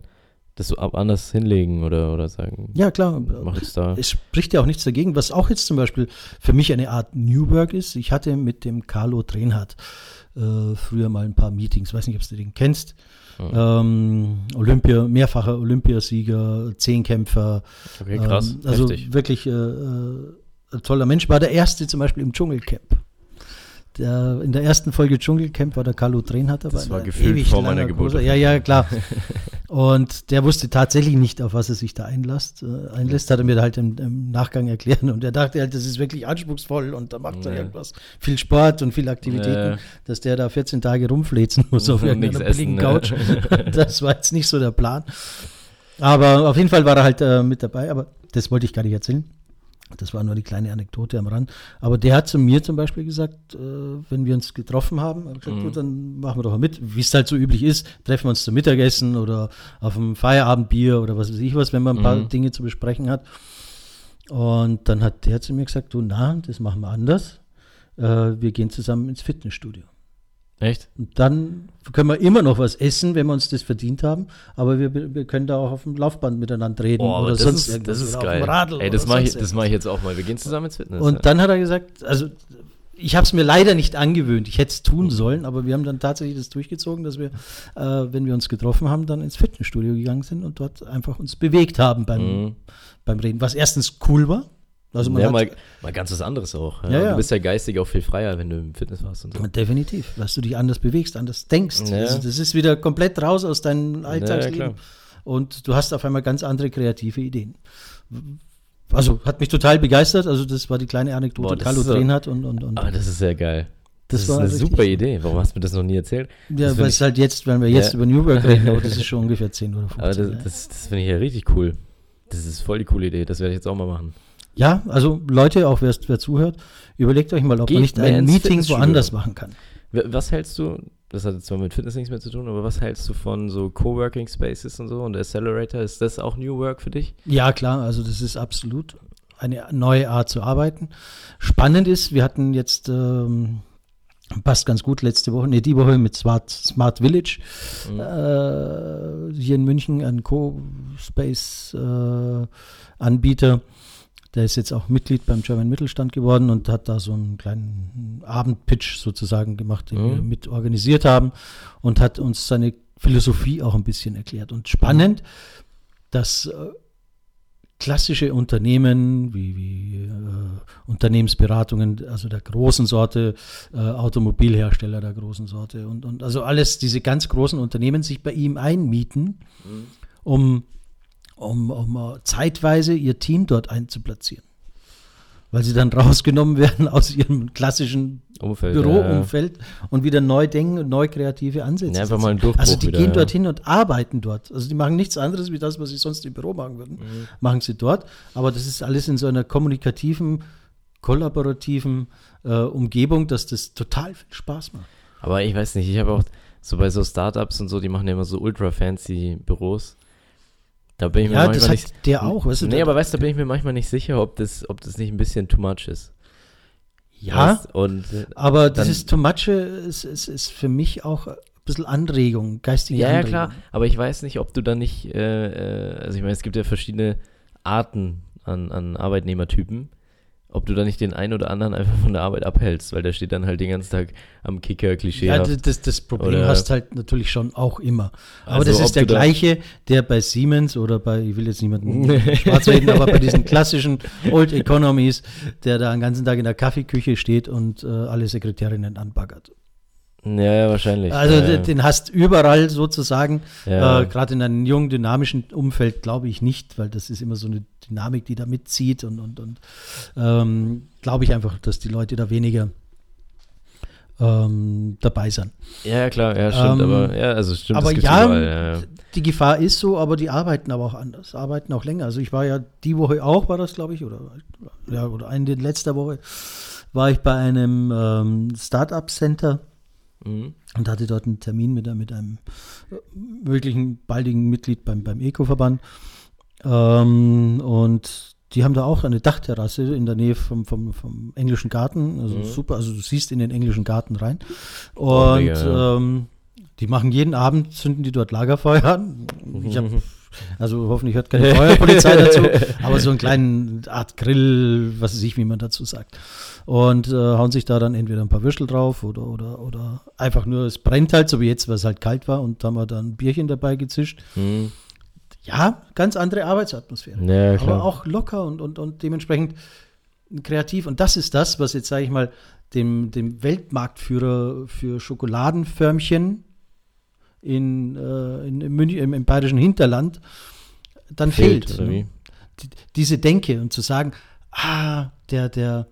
[SPEAKER 2] das so ab- anders hinlegen oder, oder sagen,
[SPEAKER 1] Ja, klar. äh,
[SPEAKER 2] mach es da.
[SPEAKER 1] Es spricht ja auch nichts dagegen, was auch jetzt zum Beispiel für mich eine Art New Work ist. Ich hatte mit dem Carlo Trenhardt äh, früher mal ein paar Meetings, weiß nicht, ob du den kennst. Ähm, Olympia, mehrfacher Olympiasieger, Zehnkämpfer.
[SPEAKER 2] Okay, krass.
[SPEAKER 1] Ähm, also
[SPEAKER 2] heftig.
[SPEAKER 1] wirklich äh, äh, ein toller Mensch. War der erste zum Beispiel im Dschungelcamp. Der, in der ersten Folge Dschungelcamp war der Carlo Trenhardt dabei.
[SPEAKER 2] Das war
[SPEAKER 1] Ein
[SPEAKER 2] gefühlt
[SPEAKER 1] ewig
[SPEAKER 2] vor meiner
[SPEAKER 1] langer,
[SPEAKER 2] Geburt.
[SPEAKER 1] großer- Ja, ja, klar. Und der wusste tatsächlich nicht, auf was er sich da einlässt. Äh, einlässt hat er mir halt im, im Nachgang erklärt. Und er dachte halt, das ist wirklich anspruchsvoll und da macht er
[SPEAKER 2] Ja.
[SPEAKER 1] irgendwas. Viel Sport und viel Aktivitäten,
[SPEAKER 2] Ja.
[SPEAKER 1] dass der da 14 Tage rumfläzen muss auf
[SPEAKER 2] Und
[SPEAKER 1] irgendeiner
[SPEAKER 2] Mhm, nichts
[SPEAKER 1] billigen Couch.
[SPEAKER 2] essen, ne?
[SPEAKER 1] das war jetzt nicht so der Plan. Aber auf jeden Fall war er halt äh, mit dabei. Aber das wollte ich gar nicht erzählen. Das war nur die kleine Anekdote am Rand. Aber der hat zu mir zum Beispiel gesagt, äh, wenn wir uns getroffen haben, hab ich gesagt,
[SPEAKER 2] Mhm.
[SPEAKER 1] gut, dann machen wir doch mal mit. Wie es halt so üblich ist, treffen wir uns zum Mittagessen oder auf dem Feierabendbier oder was weiß ich was, wenn man ein paar
[SPEAKER 2] Mhm.
[SPEAKER 1] Dinge zu besprechen hat. Und dann hat der zu mir gesagt, du, na, das machen wir anders. Äh, wir gehen zusammen ins Fitnessstudio.
[SPEAKER 2] Äh, Echt?
[SPEAKER 1] Und dann können wir immer noch was essen, wenn wir uns das verdient haben, aber wir, wir können da auch auf dem Laufband miteinander reden
[SPEAKER 2] Boah, aber
[SPEAKER 1] oder
[SPEAKER 2] das
[SPEAKER 1] sonst
[SPEAKER 2] ist,
[SPEAKER 1] irgendwas
[SPEAKER 2] das ist
[SPEAKER 1] oder auf
[SPEAKER 2] geil.
[SPEAKER 1] dem Radl
[SPEAKER 2] Ey, das
[SPEAKER 1] oder
[SPEAKER 2] mache ich,
[SPEAKER 1] sonst
[SPEAKER 2] das mach ich jetzt auch mal. Wir gehen zusammen ins Fitness.
[SPEAKER 1] und dann hat er gesagt, also ich habe es mir leider nicht angewöhnt, ich hätte es tun sollen, aber wir haben dann tatsächlich das durchgezogen, dass wir, äh, wenn wir uns getroffen haben, dann ins Fitnessstudio gegangen sind und dort einfach uns bewegt haben
[SPEAKER 2] ja.
[SPEAKER 1] beim,
[SPEAKER 2] Mhm.
[SPEAKER 1] beim Reden, was erstens cool war. Also man
[SPEAKER 2] ja,
[SPEAKER 1] hat,
[SPEAKER 2] mal, mal ganz was anderes auch. Ja.
[SPEAKER 1] Ja, ja.
[SPEAKER 2] Du bist ja geistig auch viel freier, wenn du im Fitness warst und so.
[SPEAKER 1] definitiv, dass du dich anders bewegst, anders denkst.
[SPEAKER 2] Ja.
[SPEAKER 1] Also das ist wieder komplett raus aus deinem
[SPEAKER 2] Ja,
[SPEAKER 1] Alltagsleben
[SPEAKER 2] ja, klar.
[SPEAKER 1] und du hast auf einmal ganz andere kreative Ideen. Also hat mich total begeistert. Also das war die kleine Anekdote,
[SPEAKER 2] Boah,
[SPEAKER 1] die
[SPEAKER 2] das
[SPEAKER 1] Carlo
[SPEAKER 2] ist so-
[SPEAKER 1] Drehn hat und, und, und
[SPEAKER 2] Aber Ah, das ist ja geil. Das,
[SPEAKER 1] Das
[SPEAKER 2] ist
[SPEAKER 1] war
[SPEAKER 2] eine
[SPEAKER 1] richtig-
[SPEAKER 2] super Idee. Warum hast du mir das noch nie erzählt?
[SPEAKER 1] Ja,
[SPEAKER 2] Das
[SPEAKER 1] weil
[SPEAKER 2] find
[SPEAKER 1] es halt jetzt, wenn wir jetzt
[SPEAKER 2] Ja.
[SPEAKER 1] über New Work reden, aber das ist schon ungefähr 10 oder
[SPEAKER 2] Aber
[SPEAKER 1] 15.
[SPEAKER 2] das, das, das finde ich ja richtig cool. Das ist voll die coole Idee. Das werde ich jetzt auch mal machen.
[SPEAKER 1] ja. ja, also Leute, auch wer, wer zuhört, überlegt euch mal, ob
[SPEAKER 2] Geht
[SPEAKER 1] man nicht
[SPEAKER 2] mehr
[SPEAKER 1] ein
[SPEAKER 2] ins
[SPEAKER 1] Meeting
[SPEAKER 2] Fitnessstudio.
[SPEAKER 1] woanders machen kann.
[SPEAKER 2] W- Was hältst du, das hat jetzt zwar mit Fitness nichts mehr zu tun, aber was hältst du von so Coworking Spaces und so und Accelerator? Ist das auch New Work für dich?
[SPEAKER 1] Ja, klar, also das ist absolut eine neue Art zu arbeiten. Spannend ist, wir hatten jetzt, ähm, passt ganz gut, letzte Woche, nee, die Woche mit Smart, Smart Village äh, hier in München, ein Co-Space-Anbieter. der ist jetzt auch Mitglied beim German Mittelstand geworden und hat da so einen kleinen Abendpitch sozusagen gemacht, den
[SPEAKER 2] Mhm.
[SPEAKER 1] wir mit organisiert haben und hat uns seine Philosophie auch ein bisschen erklärt. Und spannend, dass äh, klassische Unternehmen wie, wie äh, Unternehmensberatungen, also der großen Sorte, äh, Automobilhersteller der großen Sorte und, und also alles, diese ganz großen Unternehmen sich bei ihm einmieten,
[SPEAKER 2] Mhm.
[SPEAKER 1] um, um, um äh, zeitweise ihr Team dort einzuplatzieren. Weil sie dann rausgenommen werden aus ihrem klassischen
[SPEAKER 2] Umfeld. ja.
[SPEAKER 1] Büroumfeld und wieder neu denken und neu kreative Ansätze.
[SPEAKER 2] Ja, einfach
[SPEAKER 1] setzen.
[SPEAKER 2] mal einen Durchbruch
[SPEAKER 1] also die
[SPEAKER 2] wieder,
[SPEAKER 1] gehen
[SPEAKER 2] ja.
[SPEAKER 1] dorthin und arbeiten dort. Also die machen nichts anderes wie das, was sie sonst im Büro machen würden.
[SPEAKER 2] Mhm.
[SPEAKER 1] Machen sie dort. Aber das ist alles in so einer kommunikativen, kollaborativen äh, Umgebung, dass das total viel Spaß macht.
[SPEAKER 2] Aber ich weiß nicht, ich habe auch so bei so Startups und so, die machen ja immer so ultra fancy Büros. Da bin ich mir
[SPEAKER 1] Ja,
[SPEAKER 2] manchmal
[SPEAKER 1] das hat
[SPEAKER 2] nicht.
[SPEAKER 1] der auch, weißt du?
[SPEAKER 2] nee,
[SPEAKER 1] der-
[SPEAKER 2] aber weißt du, da bin ich mir manchmal nicht sicher, ob das, ob das nicht ein bisschen too much ist.
[SPEAKER 1] ja,
[SPEAKER 2] Weißt, und äh,
[SPEAKER 1] aber das
[SPEAKER 2] dann-
[SPEAKER 1] ist Tomatsche, es ist, ist für mich auch ein bisschen Anregung, geistige
[SPEAKER 2] ja, ja,
[SPEAKER 1] Anregung.
[SPEAKER 2] klar. Aber ich weiß nicht, ob du dann nicht, äh, äh, also ich meine, es gibt ja verschiedene Arten an, an Arbeitnehmertypen. Ob du dann nicht den einen oder anderen einfach von der Arbeit abhältst, weil der steht dann halt den ganzen Tag am Kicker, Klischee.
[SPEAKER 1] Ja, das- das, das Problem
[SPEAKER 2] Oder-
[SPEAKER 1] hast halt natürlich schon auch immer. Aber
[SPEAKER 2] Also,
[SPEAKER 1] das
[SPEAKER 2] ob
[SPEAKER 1] ist der
[SPEAKER 2] du da-
[SPEAKER 1] gleiche, der bei Siemens oder bei, ich will jetzt niemanden schwarz reden, aber bei diesen klassischen Old Economies, der da den ganzen Tag in der Kaffeeküche steht und äh, alle Sekretärinnen anbaggert.
[SPEAKER 2] ja, ja, wahrscheinlich.
[SPEAKER 1] Also
[SPEAKER 2] ja, ja.
[SPEAKER 1] den- den hast überall sozusagen,
[SPEAKER 2] Ja.
[SPEAKER 1] äh, gerade in einem jungen, dynamischen Umfeld glaube ich nicht, weil das ist immer so eine Dynamik, die da mitzieht und, und, und ähm, glaube ich einfach, dass die Leute da weniger ähm, dabei sind.
[SPEAKER 2] ja, ja, klar, ja,
[SPEAKER 1] Ähm,
[SPEAKER 2] stimmt. aber ja, also stimmt,
[SPEAKER 1] aber
[SPEAKER 2] das gibt's
[SPEAKER 1] ja,
[SPEAKER 2] überall, ja, ja.
[SPEAKER 1] Die Gefahr ist so, aber die arbeiten aber auch anders, arbeiten auch länger. Also ich war ja die Woche auch, war das glaube ich, oder ja, oder eine letzter Woche war ich bei einem ähm, Startup Center
[SPEAKER 2] Mhm.
[SPEAKER 1] und hatte dort einen Termin mit, einem- mit einem äh, möglichen baldigen Mitglied beim, beim Eco-Verband. Ähm, und die haben da auch eine Dachterrasse in der Nähe vom, vom, vom englischen Garten. Also
[SPEAKER 2] Mhm.
[SPEAKER 1] super, also du siehst in den englischen Garten rein. Und
[SPEAKER 2] Oh, mega, ja.
[SPEAKER 1] ähm, die machen jeden Abend, zünden die dort Lagerfeuer an. Ich hab,
[SPEAKER 2] Mhm.
[SPEAKER 1] also hoffentlich hört keine Feuerpolizei dazu, aber so einen kleinen Art Grill, was weiß ich, wie man dazu sagt. Und äh, hauen sich da dann entweder ein paar Würstel drauf oder, oder, oder einfach nur, es brennt halt, so wie jetzt, weil es halt kalt war und da haben wir dann ein Bierchen dabei gezischt.
[SPEAKER 2] Mhm.
[SPEAKER 1] Ja, ganz andere Arbeitsatmosphäre.
[SPEAKER 2] Ja, klar.
[SPEAKER 1] genau. aber auch locker und, und, und dementsprechend kreativ. Und das ist das, was jetzt, sage ich mal, dem, dem Weltmarktführer für Schokoladenförmchen in, äh, in, in München, im, im bayerischen Hinterland dann fehlt.
[SPEAKER 2] oder
[SPEAKER 1] ne?
[SPEAKER 2] wie?
[SPEAKER 1] die, diese Denke und zu sagen, ah, der, der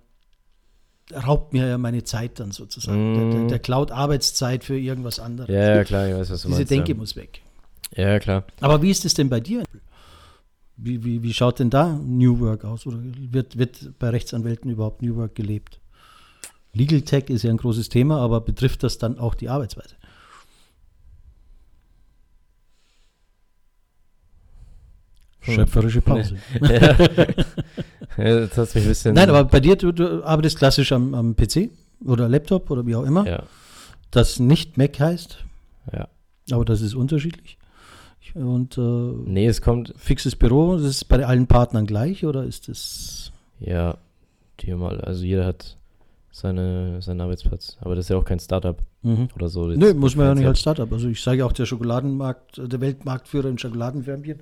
[SPEAKER 1] raubt mir ja meine Zeit dann sozusagen.
[SPEAKER 2] Mm.
[SPEAKER 1] Der, der, der klaut Arbeitszeit für irgendwas anderes.
[SPEAKER 2] Ja, ja, klar, ich weiß, was du
[SPEAKER 1] diese
[SPEAKER 2] meinst.
[SPEAKER 1] Denke
[SPEAKER 2] ja.
[SPEAKER 1] muss weg.
[SPEAKER 2] ja, klar.
[SPEAKER 1] Aber wie ist es denn bei dir? Wie, wie, wie schaut denn da New Work aus? Oder wird, wird bei Rechtsanwälten überhaupt New Work gelebt? Legal Tech ist ja ein großes Thema, aber betrifft das dann auch die Arbeitsweise? Schöpferische Pause.
[SPEAKER 2] ja. Ja, Jetzt hast du mich ein bisschen.
[SPEAKER 1] Nein, aber bei dir, du, du arbeitest klassisch am, am PC oder Laptop oder wie auch immer,
[SPEAKER 2] Ja,
[SPEAKER 1] das nicht Mac heißt,
[SPEAKER 2] ja.
[SPEAKER 1] aber das ist unterschiedlich. Ich- Und äh,
[SPEAKER 2] Nee, es kommt.
[SPEAKER 1] fixes Büro, das ist bei allen Partnern gleich oder ist das
[SPEAKER 2] Ja, hier mal. Also jeder hat seine, seinen Arbeitsplatz. Aber das ist ja auch kein Startup
[SPEAKER 1] Mhm.
[SPEAKER 2] oder so.
[SPEAKER 1] Nö, muss man ja
[SPEAKER 2] Jetzt-
[SPEAKER 1] nicht als Startup. Also ich sage ja auch, der Schokoladenmarkt, äh, der Weltmarktführer in Schokoladenförmchen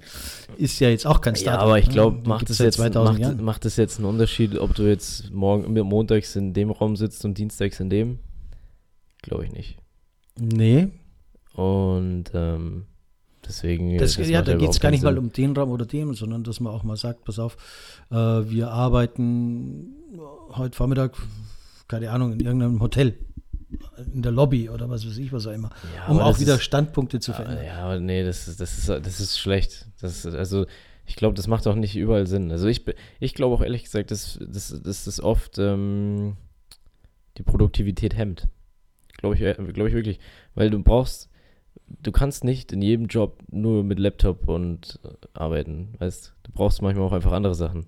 [SPEAKER 1] ist ja jetzt auch kein
[SPEAKER 2] Ja,
[SPEAKER 1] Startup.
[SPEAKER 2] aber ich
[SPEAKER 1] ne?
[SPEAKER 2] glaube,
[SPEAKER 1] Den
[SPEAKER 2] macht
[SPEAKER 1] gibt's
[SPEAKER 2] es
[SPEAKER 1] seit
[SPEAKER 2] jetzt,
[SPEAKER 1] 2000
[SPEAKER 2] macht,
[SPEAKER 1] Jahren.
[SPEAKER 2] macht es jetzt einen Unterschied, ob du jetzt morgen mit montags in dem Raum sitzt und dienstags in dem? Glaube ich nicht.
[SPEAKER 1] Nee,
[SPEAKER 2] Und ähm, deswegen.
[SPEAKER 1] das, ja,
[SPEAKER 2] macht
[SPEAKER 1] da geht es gar
[SPEAKER 2] überhaupt keinen
[SPEAKER 1] nicht mal
[SPEAKER 2] Sinn.
[SPEAKER 1] um den Raum oder den, sondern dass man auch mal sagt, pass auf, äh, wir arbeiten heute Vormittag, keine Ahnung, in irgendeinem Hotel, in der Lobby oder was weiß ich, was auch immer,
[SPEAKER 2] Ja,
[SPEAKER 1] um
[SPEAKER 2] aber
[SPEAKER 1] auch
[SPEAKER 2] das
[SPEAKER 1] wieder
[SPEAKER 2] ist-
[SPEAKER 1] Standpunkte zu
[SPEAKER 2] Ah,
[SPEAKER 1] verändern.
[SPEAKER 2] Ja, aber nee, das ist, das ist, das ist schlecht. Das, ist- also, ich glaube, das macht auch nicht überall Sinn. Also, ich, be- ich glaube auch ehrlich gesagt, dass, dass, dass das oft ähm, die Produktivität hemmt. Glaube ich, äh, glaub ich wirklich. Weil du brauchst, du kannst nicht in jedem Job nur mit Laptop und äh, arbeiten. Weißt du, brauchst manchmal auch einfach andere Sachen.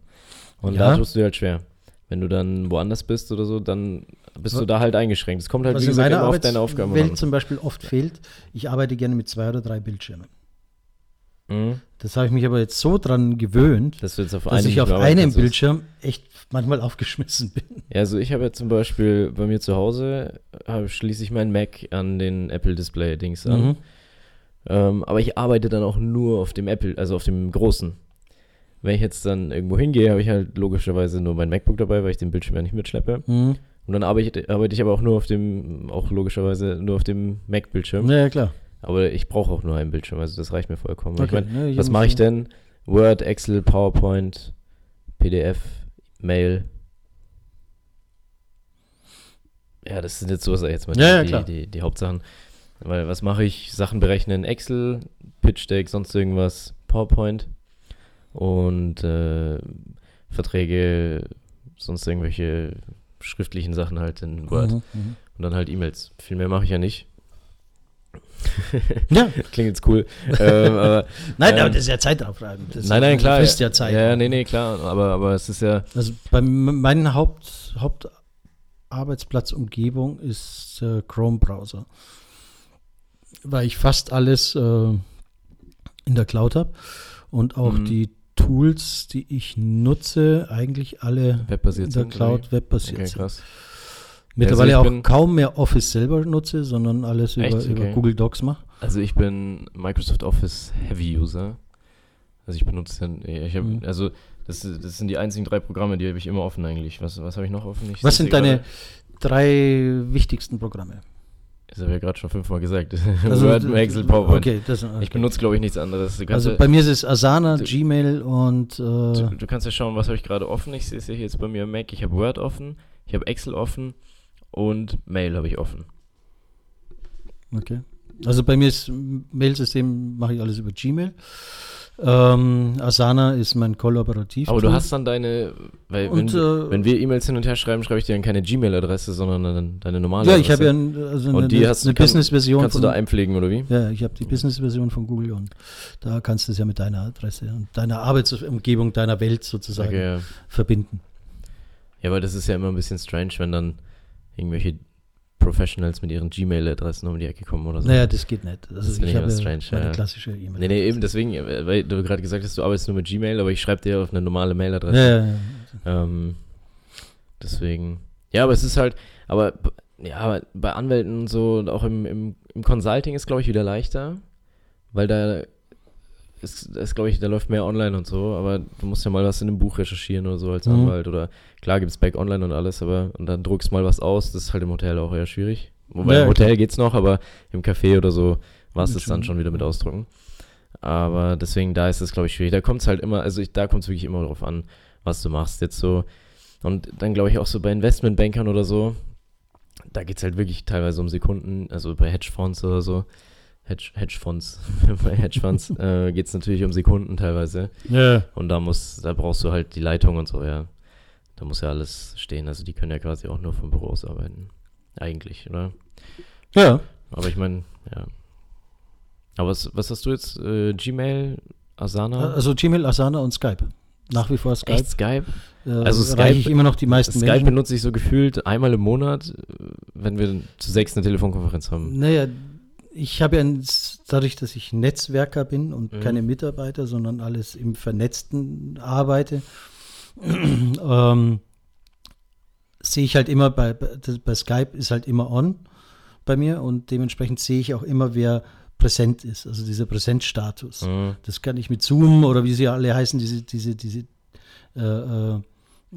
[SPEAKER 2] Und
[SPEAKER 1] Ja.
[SPEAKER 2] da tust du dir halt schwer. Wenn du dann woanders bist oder so, dann bist
[SPEAKER 1] Wa-
[SPEAKER 2] du da halt eingeschränkt. Es kommt halt,
[SPEAKER 1] was
[SPEAKER 2] wie
[SPEAKER 1] in
[SPEAKER 2] gesagt,
[SPEAKER 1] meiner
[SPEAKER 2] immer auf deine Aufgaben
[SPEAKER 1] Arbeitswelt zum Beispiel oft fehlt, ich arbeite gerne mit zwei oder drei Bildschirmen.
[SPEAKER 2] an. Mhm.
[SPEAKER 1] Das habe ich mich aber jetzt so dran gewöhnt,
[SPEAKER 2] Dass du jetzt auf
[SPEAKER 1] dass
[SPEAKER 2] einem
[SPEAKER 1] ich auf
[SPEAKER 2] nicht mehr arbeiten
[SPEAKER 1] einem
[SPEAKER 2] kannst.
[SPEAKER 1] Bildschirm echt manchmal aufgeschmissen bin.
[SPEAKER 2] Ja, also ich habe ja zum Beispiel bei mir zu Hause, hab, schließe ich meinen Mac an den Apple-Display-Dings an.
[SPEAKER 1] Mhm.
[SPEAKER 2] Ähm, aber ich arbeite dann auch nur auf dem Apple, also auf dem großen. Wenn ich jetzt dann irgendwo hingehe, habe ich halt logischerweise nur mein MacBook dabei, weil ich den Bildschirm ja nicht mitschleppe.
[SPEAKER 1] Mhm.
[SPEAKER 2] Und dann arbeite, arbeite ich aber auch nur auf dem, auch logischerweise nur auf dem Mac-Bildschirm.
[SPEAKER 1] Ja, klar.
[SPEAKER 2] Aber ich brauche auch nur einen Bildschirm, also das reicht mir vollkommen. Ich
[SPEAKER 1] Okay,
[SPEAKER 2] mein,
[SPEAKER 1] ne,
[SPEAKER 2] was
[SPEAKER 1] hab
[SPEAKER 2] mache ich
[SPEAKER 1] so-
[SPEAKER 2] denn? Word, Excel, PowerPoint, PDF, Mail. Ja, das sind jetzt so, sag ich jetzt mal, die,
[SPEAKER 1] Ja, ja, klar.
[SPEAKER 2] die, die, die Hauptsachen. Weil was mache ich? Sachen berechnen, Excel, Pitch Deck, sonst irgendwas, PowerPoint und äh, Verträge, sonst irgendwelche schriftlichen Sachen halt in Word.
[SPEAKER 1] Mhm, mhm.
[SPEAKER 2] Und dann halt E-Mails. Viel mehr mache ich ja nicht.
[SPEAKER 1] Ja,
[SPEAKER 2] Klingt jetzt cool. ähm, aber
[SPEAKER 1] Nein,
[SPEAKER 2] Ähm,
[SPEAKER 1] aber das ist ja Zeitraufragend. Das
[SPEAKER 2] nein, nein, klar.
[SPEAKER 1] Du frisst ja Zeit.
[SPEAKER 2] Ja, nee, nee, klar. Aber, aber es ist ja.
[SPEAKER 1] Also bei m- meinen Haupt, Hauptarbeitsplatzumgebung ist äh, Chrome-Browser. Weil ich fast alles äh, in der Cloud habe und auch
[SPEAKER 2] Mhm.
[SPEAKER 1] die Tools, die ich nutze, eigentlich alle
[SPEAKER 2] Webbasiert
[SPEAKER 1] in der
[SPEAKER 2] sind,
[SPEAKER 1] Cloud webbasiert
[SPEAKER 2] Okay,
[SPEAKER 1] sind.
[SPEAKER 2] krass.
[SPEAKER 1] Mittlerweile
[SPEAKER 2] Also ich
[SPEAKER 1] auch
[SPEAKER 2] bin-
[SPEAKER 1] kaum mehr Office selber nutze, sondern alles über,
[SPEAKER 2] Echt?
[SPEAKER 1] über
[SPEAKER 2] Okay.
[SPEAKER 1] Google Docs mache.
[SPEAKER 2] Also ich bin Microsoft Office Heavy User. Also ich benutze dann, ich hab,
[SPEAKER 1] Mhm.
[SPEAKER 2] also das, das sind die einzigen drei Programme, die habe ich immer offen eigentlich. Was, was habe ich noch offen? Ich
[SPEAKER 1] Was
[SPEAKER 2] sitze
[SPEAKER 1] sind
[SPEAKER 2] hier
[SPEAKER 1] deine
[SPEAKER 2] gerade-
[SPEAKER 1] drei wichtigsten Programme? Also,
[SPEAKER 2] Das habe ich ja gerade schon fünfmal gesagt. Word,
[SPEAKER 1] d- d-
[SPEAKER 2] Excel, PowerPoint.
[SPEAKER 1] Okay, das, okay.
[SPEAKER 2] Ich benutze, glaube ich, nichts anderes. Du kannst,
[SPEAKER 1] Also
[SPEAKER 2] ja-
[SPEAKER 1] bei mir ist es Asana,
[SPEAKER 2] Du-
[SPEAKER 1] Gmail und äh,
[SPEAKER 2] du, du kannst ja schauen, was habe ich gerade offen. Ich sehe es ja hier jetzt bei mir im Mac. Ich habe Word offen, ich habe Excel offen und Mail habe ich offen.
[SPEAKER 1] okay. Also bei mir ist m, Mail-System mache ich alles über Gmail. Ähm, Asana ist mein kollaborativ.
[SPEAKER 2] Aber du hast dann deine, weil
[SPEAKER 1] und
[SPEAKER 2] wenn,
[SPEAKER 1] äh,
[SPEAKER 2] wenn wir E-Mails hin und her schreiben, schreibe ich dir dann keine Gmail-Adresse, sondern dann deine normale
[SPEAKER 1] ja,
[SPEAKER 2] Adresse.
[SPEAKER 1] ich habe ja ein, also
[SPEAKER 2] Und
[SPEAKER 1] eine,
[SPEAKER 2] die hast-
[SPEAKER 1] eine
[SPEAKER 2] kann-
[SPEAKER 1] Business-Version
[SPEAKER 2] Kannst du da
[SPEAKER 1] von
[SPEAKER 2] einpflegen oder wie?
[SPEAKER 1] ja, ich habe die Business-Version von Google und da kannst du es ja mit deiner Adresse und deiner Arbeitsumgebung, deiner Welt sozusagen
[SPEAKER 2] Okay, ja.
[SPEAKER 1] verbinden.
[SPEAKER 2] ja, weil das ist ja immer ein bisschen strange, wenn dann irgendwelche Professionals mit ihren Gmail-Adressen um die Ecke kommen oder so.
[SPEAKER 1] Naja, das geht nicht. Also
[SPEAKER 2] Das finde
[SPEAKER 1] ich
[SPEAKER 2] ich
[SPEAKER 1] habe
[SPEAKER 2] aber strange,
[SPEAKER 1] meine
[SPEAKER 2] ja.
[SPEAKER 1] klassische E-Mail.
[SPEAKER 2] Nee, nee, eben deswegen, äh, weil du gerade gesagt hast, du arbeitest nur mit Gmail, aber ich schreibe dir auf eine normale
[SPEAKER 1] ja,
[SPEAKER 2] Mailadresse.
[SPEAKER 1] ja, ja.
[SPEAKER 2] Ähm, deswegen. Ja, aber es ist halt, aber b- ja, aber bei Anwälten und so und auch im, im, im Consulting ist, glaube ich, wieder leichter, weil da ist, ist glaube ich, da läuft mehr online und so, aber du musst ja mal was in einem Buch recherchieren oder so als
[SPEAKER 1] Mhm.
[SPEAKER 2] Anwalt oder klar gibt es Back online und alles, aber und dann druckst mal was aus, das ist halt im Hotel auch eher schwierig. Wobei
[SPEAKER 1] Ja,
[SPEAKER 2] im Hotel geht's noch, aber im Café oder so war es
[SPEAKER 1] Mit
[SPEAKER 2] das dann
[SPEAKER 1] schon-
[SPEAKER 2] schon wieder mit Ausdrucken. Aber deswegen, da ist es, glaube ich, schwierig. Da kommt es halt immer, also ich, da kommt es wirklich immer drauf an, was du machst. Jetzt so, und dann glaube ich auch so bei Investmentbankern oder so, da geht es halt wirklich teilweise um Sekunden, also bei Hedgefonds oder so. Hedge, Hedgefonds, bei Hedgefonds äh, geht es natürlich um Sekunden teilweise.
[SPEAKER 1] Ja.
[SPEAKER 2] Und da muss, da brauchst du halt die Leitung und so, ja. Da muss ja alles stehen. Also die können ja quasi auch nur vom Büro aus arbeiten. Eigentlich, oder?
[SPEAKER 1] Ja.
[SPEAKER 2] Aber ich meine, ja. Aber was, was hast du jetzt? Äh, Gmail, Asana?
[SPEAKER 1] Also Gmail, Asana und Skype. Nach wie vor Skype.
[SPEAKER 2] Ne? Echt Skype?
[SPEAKER 1] Äh,
[SPEAKER 2] Also Skype-
[SPEAKER 1] erreiche ich immer noch die meisten
[SPEAKER 2] Skype
[SPEAKER 1] Menschen.
[SPEAKER 2] benutze ich so gefühlt einmal im Monat, äh, wenn wir zu sechs eine Telefonkonferenz haben.
[SPEAKER 1] Naja, ich habe ja ein, dadurch, dass ich Netzwerker bin und
[SPEAKER 2] Mhm.
[SPEAKER 1] keine Mitarbeiter, sondern alles im Vernetzten arbeite, ähm, sehe ich halt immer bei, bei bei Skype ist halt immer on bei mir und dementsprechend sehe ich auch immer, wer präsent ist, also dieser Präsenzstatus.
[SPEAKER 2] Mhm.
[SPEAKER 1] Das kann ich mit Zoom oder wie sie alle heißen, diese, diese, diese äh, äh,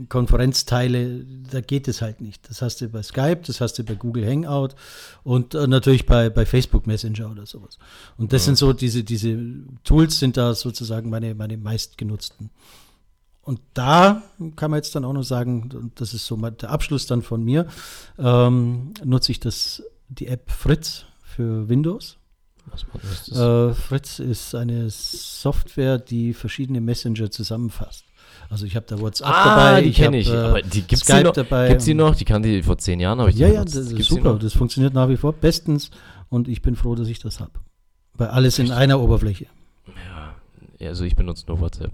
[SPEAKER 1] Konferenzteile, da geht es halt nicht. Das hast du bei Skype, das hast du bei Google Hangout und äh, natürlich bei, bei Facebook Messenger oder sowas. Und das sind so diese, diese Tools sind da sozusagen meine, meine meistgenutzten. Und da kann man jetzt dann auch noch sagen, und das ist so mal der Abschluss dann von mir, ähm, nutze ich das, die App Fritz für Windows.
[SPEAKER 2] Was, was ist das?
[SPEAKER 1] Äh, Fritz ist eine Software, die verschiedene Messenger zusammenfasst. Also ich habe da WhatsApp
[SPEAKER 2] ah,
[SPEAKER 1] dabei,
[SPEAKER 2] die kenne ich.
[SPEAKER 1] hab, äh,
[SPEAKER 2] Aber die gibt's
[SPEAKER 1] Skype
[SPEAKER 2] die noch?
[SPEAKER 1] dabei.
[SPEAKER 2] Gibt's die noch? Die kannte ich vor zehn Jahren, habe ich die
[SPEAKER 1] ja, ja,
[SPEAKER 2] benutzt.
[SPEAKER 1] das ist
[SPEAKER 2] Gibt's die
[SPEAKER 1] super.
[SPEAKER 2] noch?
[SPEAKER 1] Das funktioniert nach wie vor bestens und ich bin froh, dass ich das habe. Weil alles in einer Oberfläche.
[SPEAKER 2] Ja, also ich benutze nur WhatsApp.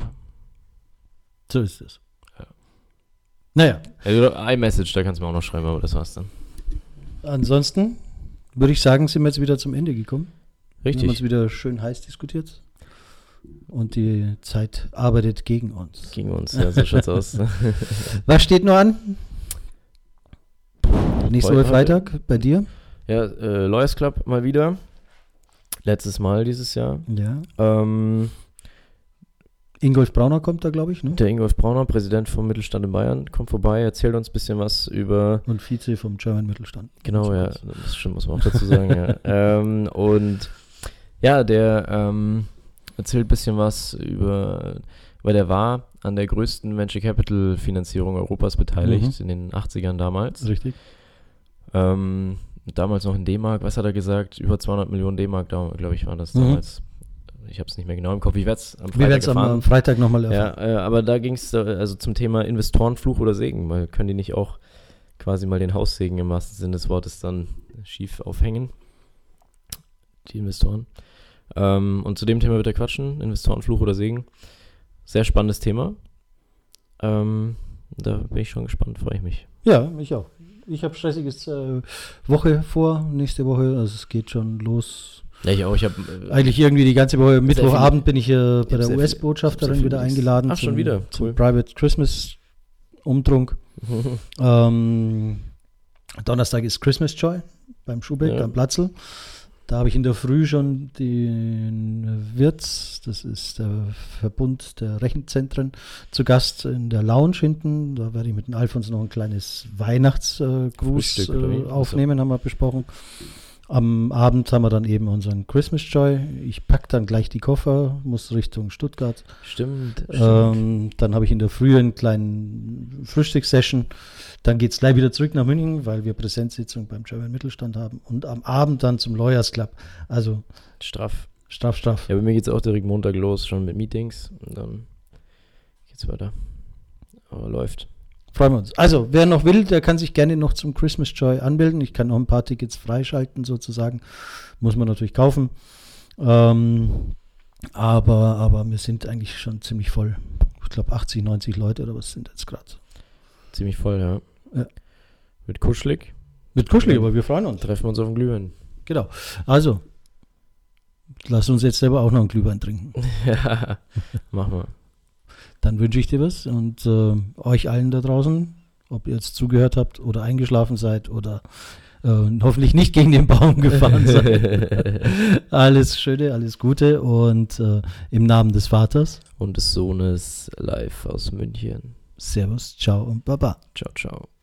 [SPEAKER 1] So ist es.
[SPEAKER 2] Ja.
[SPEAKER 1] Naja,
[SPEAKER 2] Also iMessage, da kannst du mir auch noch schreiben, aber das war's dann.
[SPEAKER 1] ansonsten würde ich sagen, sind wir jetzt wieder zum Ende gekommen. Wir haben
[SPEAKER 2] Richtig.
[SPEAKER 1] uns wieder schön heiß diskutiert und die Zeit arbeitet gegen uns.
[SPEAKER 2] Gegen uns, ja, so schaut's aus.
[SPEAKER 1] Was steht noch an? Nächste Woche
[SPEAKER 2] Freitag.
[SPEAKER 1] Freitag bei dir?
[SPEAKER 2] Ja, äh, Lawyers Club mal wieder. Letztes Mal dieses Jahr.
[SPEAKER 1] Ja.
[SPEAKER 2] Ähm,
[SPEAKER 1] Ingolf Brauner kommt da, glaube ich, ne?
[SPEAKER 2] der Ingolf Brauner, Präsident vom Mittelstand in Bayern, kommt vorbei, erzählt uns ein bisschen was über.
[SPEAKER 1] Und Vize vom German Mittelstand.
[SPEAKER 2] Genau, ja,
[SPEAKER 1] sowas.
[SPEAKER 2] das stimmt, muss man auch dazu sagen, ja. Ähm, und ja, der ähm, erzählt ein bisschen was über, weil er war an der größten Venture Capital Finanzierung Europas
[SPEAKER 1] Mhm.
[SPEAKER 2] beteiligt, in den 80ern damals.
[SPEAKER 1] Richtig.
[SPEAKER 2] Ähm, damals noch in D-Mark, was hat er gesagt? Über 200 Millionen D-Mark, glaube ich, war das
[SPEAKER 1] Mhm.
[SPEAKER 2] damals. Ich habe es nicht mehr genau im Kopf. Ich werde es am
[SPEAKER 1] Wir
[SPEAKER 2] Freitag
[SPEAKER 1] werden es am,
[SPEAKER 2] erfahren.
[SPEAKER 1] am Freitag nochmal erfahren.
[SPEAKER 2] Ja, äh, aber da ging es also zum Thema Investorenfluch oder Segen. Weil können die nicht auch quasi mal den Haussegen im wahrsten Sinne des Wortes dann schief aufhängen? Die Investoren. Ähm, und zu dem Thema wird er quatschen: Investorenfluch oder Segen. Sehr spannendes Thema. Ähm, da bin ich schon gespannt, freue ich mich.
[SPEAKER 1] Ja, ich auch. Ich habe stressiges äh, Woche vor, nächste Woche. Also es geht schon los.
[SPEAKER 2] Ja, ich auch. Ich äh, habe
[SPEAKER 1] Eigentlich irgendwie die ganze Woche. Mittwochabend bin ich äh, bei
[SPEAKER 2] hab
[SPEAKER 1] der
[SPEAKER 2] sehr
[SPEAKER 1] US-Botschafterin
[SPEAKER 2] viel- ich hab
[SPEAKER 1] wieder
[SPEAKER 2] sehr viel
[SPEAKER 1] eingeladen.
[SPEAKER 2] Ach, schon wieder.
[SPEAKER 1] Zum
[SPEAKER 2] Cool.
[SPEAKER 1] Private Christmas Umtrunk. Ähm, Donnerstag ist Christmas Joy beim Schubeck
[SPEAKER 2] Ja.
[SPEAKER 1] am Platzl. Da habe ich in der Früh schon den Wirtz, das ist der Verbund der Rechenzentren, zu Gast in der Lounge hinten. Da werde ich mit dem Alfons noch ein kleines Weihnachtsgruß
[SPEAKER 2] Frühstück, oder wie? Also
[SPEAKER 1] äh, aufnehmen, haben wir besprochen. Am Abend haben wir dann eben unseren Christmas Joy. Ich packe dann gleich die Koffer, muss Richtung Stuttgart.
[SPEAKER 2] Stimmt.
[SPEAKER 1] Ähm, dann habe ich in der Früh einen kleinen Frühstückssession. Dann geht es gleich wieder zurück nach München, weil wir Präsenzsitzung beim German Mittelstand haben. Und am Abend dann zum Lawyers Club. Also
[SPEAKER 2] Straff.
[SPEAKER 1] straff, straff.
[SPEAKER 2] Ja, bei mir geht es auch direkt Montag los, schon mit Meetings. Und dann geht's weiter. Aber läuft.
[SPEAKER 1] Freuen wir uns. Also, wer noch will, der kann sich gerne noch zum Christmas Joy anmelden. Ich kann noch ein paar Tickets freischalten, sozusagen. Muss man natürlich kaufen. Ähm, aber, aber wir sind eigentlich schon ziemlich voll. Ich glaube, 80, 90 Leute oder was sind jetzt gerade?
[SPEAKER 2] Ziemlich voll, ja.
[SPEAKER 1] Ja.
[SPEAKER 2] Wird kuschelig.
[SPEAKER 1] Wird kuschelig, aber wir freuen uns.
[SPEAKER 2] Treffen wir uns auf dem Glühwein.
[SPEAKER 1] Genau. Also, lass uns jetzt selber auch noch einen Glühwein trinken.
[SPEAKER 2] ja, mach mal.
[SPEAKER 1] Dann wünsche ich dir was und äh, euch allen da draußen, ob ihr jetzt zugehört habt oder eingeschlafen seid oder äh, hoffentlich nicht gegen den Baum gefahren seid. alles Schöne, alles Gute und äh, im Namen des Vaters,
[SPEAKER 2] Und des Sohnes live aus München.
[SPEAKER 1] Servus, ciao und baba.
[SPEAKER 2] Ciao, ciao.